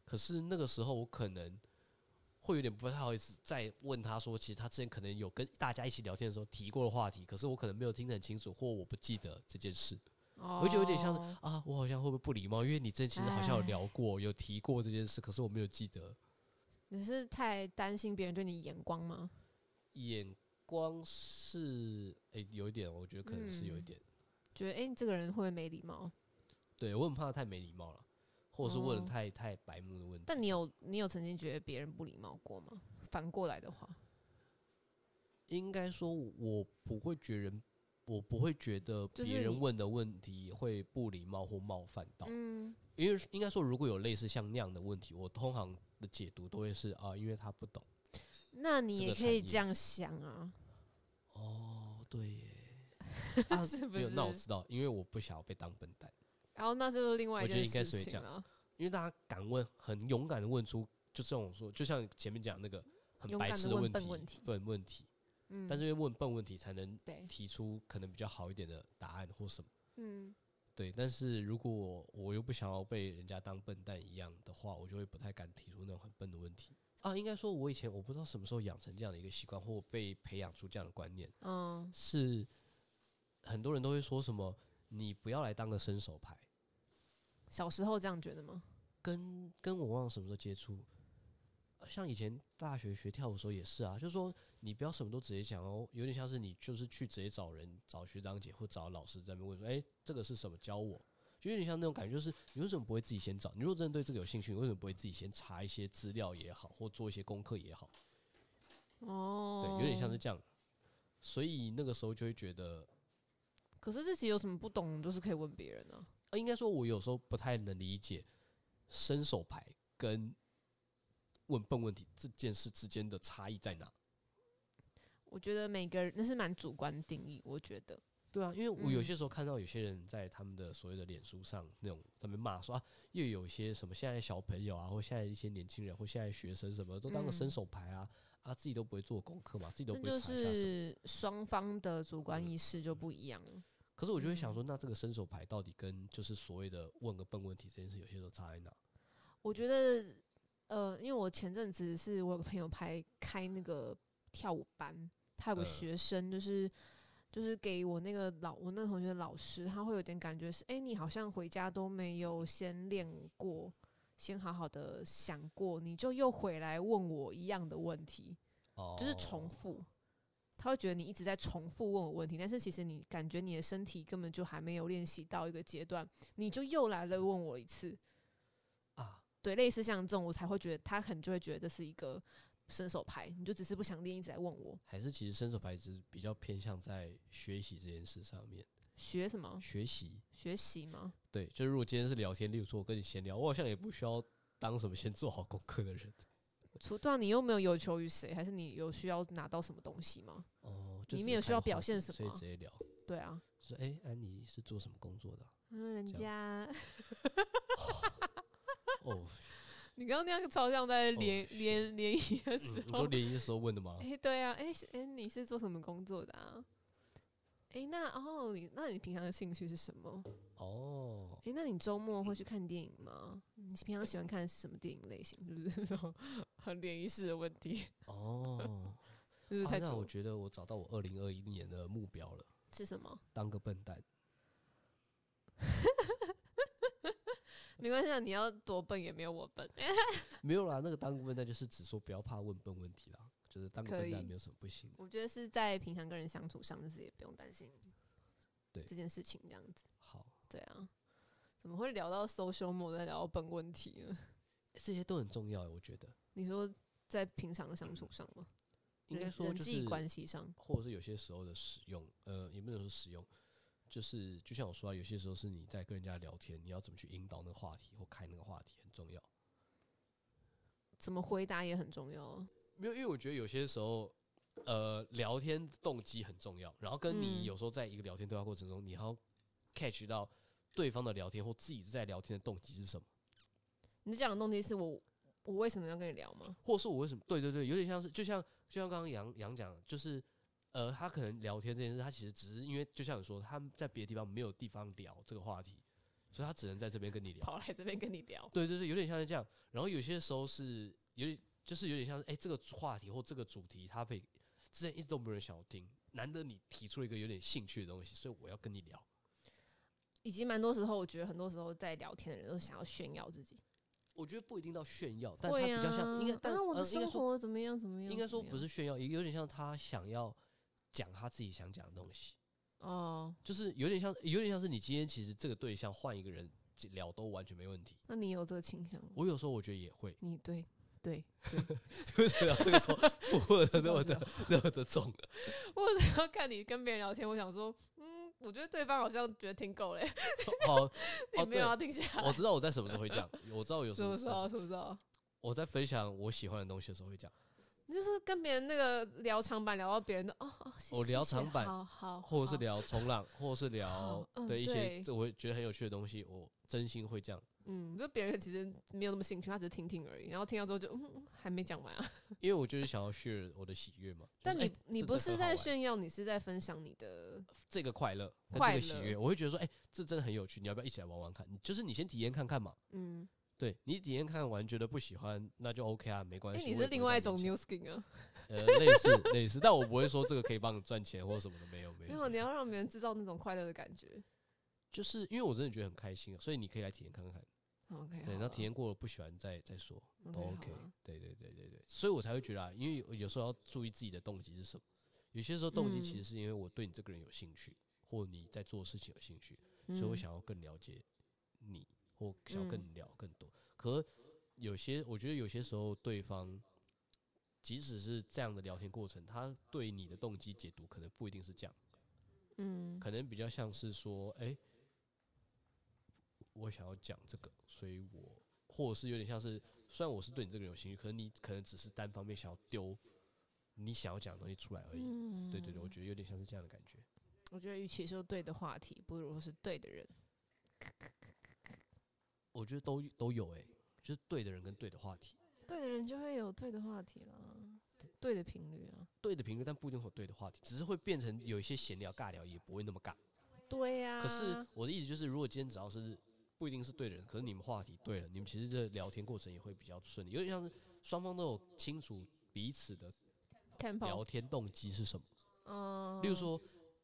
Speaker 1: 可是那个时候我可能会有点不太好意思再问他说，其实他之前可能有跟大家一起聊天的时候提过的话题，可是我可能没有听得很清楚，或我不记得这件事，我
Speaker 2: 我
Speaker 1: 就有点像是啊，我好像会不会不礼貌？因为你之前其实好像有
Speaker 2: 哎
Speaker 1: 聊过，有提过这件事，可是我没有记得。
Speaker 2: 你是太担心别人对你眼光吗？
Speaker 1: 眼光是诶、有一点，我觉得可能是有一
Speaker 2: 嗯
Speaker 1: 点，
Speaker 2: 觉得哎、诶你这个人会不会没礼貌？
Speaker 1: 对我很怕太没礼貌了，或者是问
Speaker 2: 哦
Speaker 1: 的太、太白目的问题。
Speaker 2: 但你有你有曾经觉得别人不礼貌过吗？反过来的话，
Speaker 1: 应该说，我不会觉人，我不会觉得
Speaker 2: 就是
Speaker 1: 别人
Speaker 2: 你
Speaker 1: 问的问题会不礼貌或冒犯到，
Speaker 2: 嗯，
Speaker 1: 因为应该说，如果有类似像那样的问题，我通常的解读都会是啊，因为他不懂。
Speaker 2: 那你
Speaker 1: 这
Speaker 2: 也
Speaker 1: 个
Speaker 2: 可
Speaker 1: 产
Speaker 2: 以
Speaker 1: 业
Speaker 2: 这样想啊，
Speaker 1: 哦，对耶，啊
Speaker 2: [laughs] 是不
Speaker 1: 没有，那我
Speaker 2: 是
Speaker 1: 知道，因为我不想要被当笨蛋，
Speaker 2: 然后那就是另外一
Speaker 1: 我觉得
Speaker 2: 件
Speaker 1: 应该
Speaker 2: 事
Speaker 1: 是会这
Speaker 2: 情啊
Speaker 1: 样
Speaker 2: 了。
Speaker 1: 因为大家敢问，很勇敢的问出，就这种说，就像前面讲那个很
Speaker 2: 勇
Speaker 1: 白
Speaker 2: 敢地
Speaker 1: 痴的
Speaker 2: 问
Speaker 1: 问
Speaker 2: 笨
Speaker 1: 题，
Speaker 2: 问题
Speaker 1: 笨问题，
Speaker 2: 嗯，
Speaker 1: 但是因为问笨问题才能
Speaker 2: 对，
Speaker 1: 提出可能比较好一点的答案或什么。
Speaker 2: 嗯，
Speaker 1: 对，但是如果我又不想要被人家当笨蛋一样的话，我就会不太敢提出那种很笨的问题啊。应该说，我以前我不知道什么时候养成这样的一个习惯，或被培养出这样的观念，
Speaker 2: 嗯，
Speaker 1: 是很多人都会说什么“你不要来当个伸手牌
Speaker 2: 小时候这样觉得吗？”，
Speaker 1: 跟跟我忘了什么时候接触。呃像以前大学学跳舞的时候也是啊，就是说你不要什么都直接讲哦，有点像是你就是去直接找人找学长姐或找老师在那边问说，哎、这个是什么教我？就有点像那种感觉，就是你为什么不会自己先找？你如果真的对这个有兴趣，你为什么不会自己先查一些资料也好，或做一些功课也好？
Speaker 2: 哦，
Speaker 1: 对，有点像是。这样。所以那个时候就会觉得，
Speaker 2: 可是自己有什么不懂，就是可以问别人啊。
Speaker 1: 呃应该说我有时候不太能理解伸手牌跟问笨问题这件事之间的差异在哪。
Speaker 2: 我觉得每个人那是蛮主观定义，我觉得，
Speaker 1: 对啊，因为我有
Speaker 2: 嗯
Speaker 1: 些时候看到有些人在他们的所谓的脸书上那种他们骂说啊，又有一些什么现在小朋友啊，或现在一些年轻人或现在学生什么都当个伸
Speaker 2: 嗯
Speaker 1: 手牌啊、啊，自己都不会做功课嘛，自己都
Speaker 2: 这
Speaker 1: 不会
Speaker 2: 就
Speaker 1: 查一下什么。
Speaker 2: 是双方的主观意识就不一样了。
Speaker 1: 可是我就会
Speaker 2: 嗯
Speaker 1: 想说，那这个伸手牌到底跟就是所谓的问个笨问题这件事，有些时候差在哪？
Speaker 2: 我觉得，呃，因为我前阵子是我有个朋友拍开那个跳舞班，他有个
Speaker 1: 嗯
Speaker 2: 学生就是。就是给我那个老我那个同学的老师，他会有点感觉是，哎、你好像回家都没有先练过，先好好的想过，你就又回来问我一样的问题，
Speaker 1: 哦
Speaker 2: 就是重复。他会觉得你一直在重复问我问题，但是其实你感觉你的身体根本就还没有练习到一个阶段，你就又来了问我一次，
Speaker 1: 啊，
Speaker 2: 对，类似像这种，我才会觉得他可能就会觉得这是一个伸手牌，你就只是不想练，一直来问我
Speaker 1: 还是其实伸手牌只是比较偏向在学习这件事上面，
Speaker 2: 学什么
Speaker 1: 学习。
Speaker 2: 学习吗？
Speaker 1: 对，就是如果今天是聊天，例如说我跟你闲聊，我好像也不需要当什么先做好功课的人。
Speaker 2: 除掉你又没有有求于谁，还是你有需要拿到什么东西吗？
Speaker 1: 哦，就
Speaker 2: 里
Speaker 1: 只
Speaker 2: 面有
Speaker 1: 是
Speaker 2: 需要
Speaker 1: 看
Speaker 2: 表
Speaker 1: 话
Speaker 2: 现
Speaker 1: 题
Speaker 2: 什
Speaker 1: 所以
Speaker 2: 么
Speaker 1: 直接聊。
Speaker 2: 对啊，
Speaker 1: 说，哎、安妮是做什么工作的啊、
Speaker 2: 嗯，人
Speaker 1: 这
Speaker 2: 家，
Speaker 1: 哦，
Speaker 2: [laughs] 你刚刚那样超像在联
Speaker 1: shit
Speaker 2: 联联谊的时
Speaker 1: 哦嗯你
Speaker 2: 候
Speaker 1: 说，联谊的时候问的吗？
Speaker 2: 哎、对啊，哎、是哎、你是做什么工作的啊？哎、那哦，你那你平常的兴趣是什么？
Speaker 1: 哦，
Speaker 2: 哎、那你周末会去看电影吗？你平常喜欢看什么电影类型？就是那种 [laughs] 很联谊式的问题，
Speaker 1: 哦，
Speaker 2: [laughs] 就是
Speaker 1: 啊
Speaker 2: 太
Speaker 1: 那
Speaker 2: 多
Speaker 1: 我觉得我找到我二零二一年的目标了，
Speaker 2: 是什么？
Speaker 1: 当个笨蛋。
Speaker 2: 没关系，啊，你要多笨也没有我笨。
Speaker 1: 没有啦，那个当个笨蛋就是只说不要怕问笨问题啦，就是当个
Speaker 2: 可
Speaker 1: 笨蛋
Speaker 2: 以
Speaker 1: 没有什么不行的。
Speaker 2: 我觉得是在平常跟人相处上，就是也不用担心
Speaker 1: 对
Speaker 2: 这件事情这样子。
Speaker 1: 好，
Speaker 2: 对啊，怎么会聊到 social mode，再聊到笨问题呢？
Speaker 1: 这些都很重要欸，我觉得。
Speaker 2: 你说在平常的相处上吗？
Speaker 1: 应该
Speaker 2: 人
Speaker 1: 说
Speaker 2: 人
Speaker 1: 就是
Speaker 2: 际，关系上，
Speaker 1: 或者是有些时候的使用，呃，也不能说使用，就是就像我说啊，有些时候是你在跟人家聊天，你要怎么去引导那个话题或开那个话题很重要。
Speaker 2: 怎么回答也很重要啊。
Speaker 1: 没有，因为我觉得有些时候呃聊天动机很重要，然后跟
Speaker 2: 嗯
Speaker 1: 你有时候在一个聊天对话过程中，你还要 catch 到对方的聊天或自己在聊天的动机是什么，
Speaker 2: 你讲的动机是我我为什么要跟你聊吗？
Speaker 1: 或是我为什么对对对，有点像是就像就像刚刚杨杨讲的，就是呃他可能聊天这件事，他其实只是因为就像你说他们在别的地方没有地方聊这个话题，所以他只能在这边跟你聊。
Speaker 2: 跑来这边跟你聊，
Speaker 1: 对对对，有点像是这样。然后有些时候是有点，就是有点像是，哎、这个话题或这个主题，它被之前一直都没有人想要听，难得你提出了一个有点兴趣的东西，所以我要跟你聊。
Speaker 2: 以及蛮多时候，我觉得很多时候在聊天的人都想要炫耀自己，
Speaker 1: 我觉得不一定到炫耀，但它
Speaker 2: 会
Speaker 1: 比较像，
Speaker 2: 啊
Speaker 1: 应该，但、
Speaker 2: 啊我的
Speaker 1: 呃应
Speaker 2: 生
Speaker 1: 该说
Speaker 2: 活怎么样怎么样？
Speaker 1: 应该说
Speaker 2: 怎么
Speaker 1: 不
Speaker 2: 样
Speaker 1: 是炫耀，有点像他想要讲他自己想讲的东西，
Speaker 2: 哦，
Speaker 1: 就是有点像，有点像是你今天其实这个对象换一个人聊都完全没问题。
Speaker 2: 那你有这个倾向吗？
Speaker 1: 我有时候我觉得也会，
Speaker 2: 你对对，
Speaker 1: 为什么要这个时候附和的那么
Speaker 2: 知道
Speaker 1: 的那么的重？
Speaker 2: [laughs] 我只要看你跟别人聊天，我想说，嗯，我觉得对方好像觉得挺够嘞， [laughs]
Speaker 1: 哦，
Speaker 2: 你没
Speaker 1: 对哦
Speaker 2: 有要定下来
Speaker 1: 我，知道我在什么时候会这样，我知道有
Speaker 2: 是
Speaker 1: 时候
Speaker 2: 不是啊？是不是啊？
Speaker 1: 我在分享我喜欢的东西的时候会这样，
Speaker 2: 就是跟别人那个聊长板，聊到别人的哦哦，谢谢
Speaker 1: 我聊
Speaker 2: 谢谢
Speaker 1: 长板
Speaker 2: 好好，
Speaker 1: 或者是
Speaker 2: 好
Speaker 1: 聊冲浪，或者是聊
Speaker 2: 好嗯
Speaker 1: 对一些
Speaker 2: 对
Speaker 1: 这我觉得很有趣的东西，我真心会这样，
Speaker 2: 嗯，就别人其实没有那么兴趣，他只是听听而已，然后听到之后就嗯，还没讲完啊。
Speaker 1: 因为我就是想要 share 我的喜悦嘛。就
Speaker 2: 但
Speaker 1: 是
Speaker 2: 你、
Speaker 1: 哎
Speaker 2: 你
Speaker 1: 这真
Speaker 2: 不
Speaker 1: 的
Speaker 2: 是
Speaker 1: 很好
Speaker 2: 在
Speaker 1: 玩
Speaker 2: 炫耀，你是在分享你的
Speaker 1: 这个快乐跟这
Speaker 2: 快
Speaker 1: 个
Speaker 2: 乐
Speaker 1: 喜悦，我会觉得说，哎，这真的很有趣，你要不要一起来玩玩看？你就是你先体验看看嘛。
Speaker 2: 嗯，
Speaker 1: 对你体验看完觉得不喜欢，那就 OK 啊，没
Speaker 2: 哎、
Speaker 1: 关系。
Speaker 2: 你
Speaker 1: 我也
Speaker 2: 是
Speaker 1: 不会
Speaker 2: 另外一
Speaker 1: 在
Speaker 2: 种
Speaker 1: 你
Speaker 2: new skin 啊，
Speaker 1: 呃类似类似，但我不会说这个可以帮你赚钱或什么的，没有没
Speaker 2: 没
Speaker 1: 有
Speaker 2: 有，，你要让别人知道那种快乐的感觉。
Speaker 1: 就是因为我真的觉得很开心啊，所以你可以来体验看看。
Speaker 2: OK，
Speaker 1: 对，
Speaker 2: 好
Speaker 1: 那
Speaker 2: 啊
Speaker 1: 体验过了不喜欢再再说都
Speaker 2: OK，好
Speaker 1: OK
Speaker 2: 啊。
Speaker 1: 对对对对对，所以我才会觉得啊，因为有有时候要注意自己的动机是什么。有些时候动机其实
Speaker 2: 嗯
Speaker 1: 是因为我对你这个人有兴趣，或你在做事情有兴趣，所以我
Speaker 2: 嗯
Speaker 1: 想要更了解你，或想要跟
Speaker 2: 嗯
Speaker 1: 你聊更多。可有些我觉得有些时候对方。即使是这样的聊天过程，他对你的动机解读可能不一定是这样，
Speaker 2: 嗯，
Speaker 1: 可能比较像是说，哎、我想要讲这个，所以我或者是有点像是，虽然我是对你这个人有兴趣，可是你可能只是单方面想要丢你想要讲的东西出来而已。
Speaker 2: 嗯
Speaker 1: 对对对，我觉得有点像是这样的感觉。
Speaker 2: 我觉得与其说对的话题，不如说是对的人。
Speaker 1: 我觉得都都有哎、就是对的人跟对的话题，
Speaker 2: 对的人就会有对的话题啦，对的频率啊。
Speaker 1: 对的评论，但不一定会有对的话题，只是会变成有一些闲聊尬聊，也不会那么尬。
Speaker 2: 对呀、
Speaker 1: 可是我的意思就是，如果今天只要是不一定是对的人，可是你们话题对了，你们其实这聊天过程也会比较顺利，有点像是双方都有清楚彼此的
Speaker 2: 看
Speaker 1: 聊
Speaker 2: 跑，
Speaker 1: 天动机是什么。
Speaker 2: 嗯，
Speaker 1: 例如说，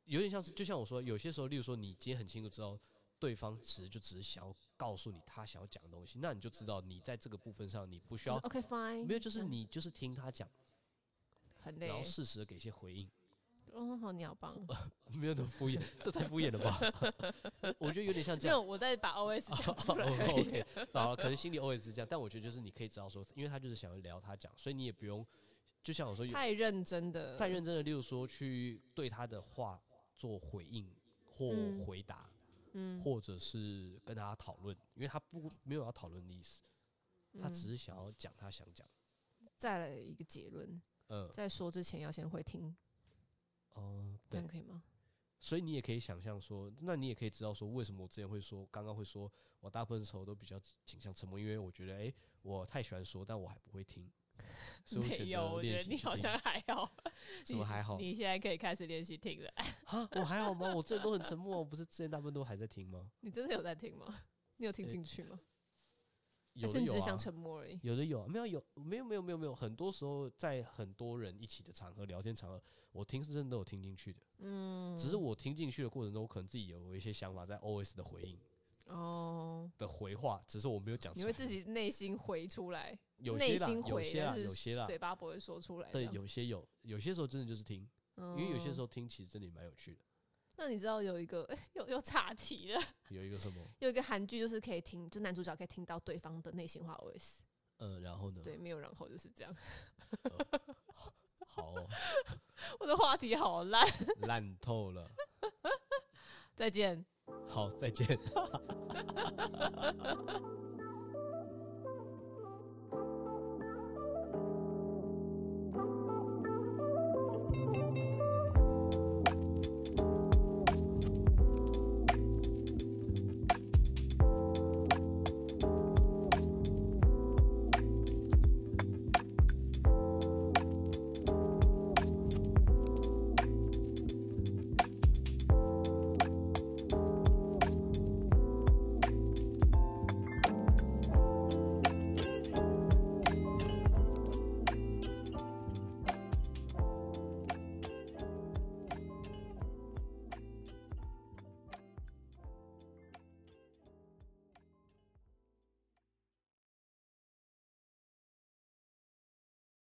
Speaker 1: 有点像是就像我说，有些时候，例如说你今天很清楚知道对方其实就只是想要告诉你他想要讲的东西，那你就知道你在这个部分上你不需
Speaker 2: 就是
Speaker 1: 要。
Speaker 2: OK fine，
Speaker 1: 没有，就是
Speaker 2: 嗯
Speaker 1: 你就是听他讲，
Speaker 2: 很累
Speaker 1: 然，后适时的给一些回应，
Speaker 2: 嗯，好，你好棒。
Speaker 1: 哦没有那么敷
Speaker 2: [laughs]
Speaker 1: 衍，这太敷衍了吧？我觉得有点像这
Speaker 2: 没
Speaker 1: 样
Speaker 2: 有，。我在把 OS
Speaker 1: [laughs]
Speaker 2: 讲出来。
Speaker 1: 哦
Speaker 2: [laughs]
Speaker 1: OK，然后可能心里偶尔是这样，但我觉得就是你可以知道说，因为他就是想要聊他讲，所以你也不用，就像我说，有
Speaker 2: 太认真的，
Speaker 1: 太认真的，例如说去对他的话做回应或
Speaker 2: 嗯
Speaker 1: 回答，
Speaker 2: 嗯，
Speaker 1: 或者是跟他讨论，因为他不没有要讨论的意思，他
Speaker 2: 嗯
Speaker 1: 只是想要讲他想讲。
Speaker 2: 再来一个结论，
Speaker 1: 嗯，
Speaker 2: 在说之前要先会听，
Speaker 1: 哦，
Speaker 2: 这
Speaker 1: 对
Speaker 2: 样，可以吗？
Speaker 1: 所以你也可以想象说，那你也可以知道说，为什么我之前会说，刚刚会说我大部分时候都比较倾向沉默，因为我觉得，诶，我太喜欢说，但我还不会听，所以我选
Speaker 2: 没有，
Speaker 1: 择
Speaker 2: 我觉
Speaker 1: 练
Speaker 2: 得
Speaker 1: 习
Speaker 2: 你
Speaker 1: 去
Speaker 2: 好
Speaker 1: 听
Speaker 2: 像还好，
Speaker 1: 什么还好
Speaker 2: 你现在可以开始练习听了。哎
Speaker 1: 啊，我还好吗？我这都很沉默，不是之前大部分都还在听吗？
Speaker 2: 你真的有在听吗？你有听
Speaker 1: 诶
Speaker 2: 进去吗？还
Speaker 1: 有
Speaker 2: 是
Speaker 1: 的
Speaker 2: 你
Speaker 1: 有
Speaker 2: 只是
Speaker 1: 啊
Speaker 2: 想，沉默而已？
Speaker 1: 有的有啊，没有有没有没有没有没有，很多时候在很多人一起的场合聊天场合，我听是真的都有听进去的。
Speaker 2: 嗯，
Speaker 1: 只是我听进去的过程中，我可能自己有一些想法在 OS 的回应
Speaker 2: 哦，
Speaker 1: 的回话，只是我没有讲出
Speaker 2: 你
Speaker 1: 来。
Speaker 2: 会自己内心回出来，
Speaker 1: 有些
Speaker 2: 内
Speaker 1: 啦，
Speaker 2: 心
Speaker 1: 有
Speaker 2: 回，
Speaker 1: 些啦，
Speaker 2: 但
Speaker 1: 有些
Speaker 2: 是
Speaker 1: 啦，
Speaker 2: 嘴巴不会说出来。嗯
Speaker 1: 对，，有些有，有些时候真的就是听，因
Speaker 2: 因
Speaker 1: 为有些时
Speaker 2: 候，
Speaker 1: 候听其实真的也蛮有趣的。
Speaker 2: 那你知道有一个哎又又岔题了， [laughs]
Speaker 1: 有一个什么
Speaker 2: 有一个韩剧就是可以听，就男主角可以听到对方的内心话 OS。
Speaker 1: 呃，然后呢？
Speaker 2: 对，没有然后就是这样。 [laughs]
Speaker 1: 好哦
Speaker 2: 我的话题好烂，
Speaker 1: 烂透了。
Speaker 2: 再见。
Speaker 1: 好，再见。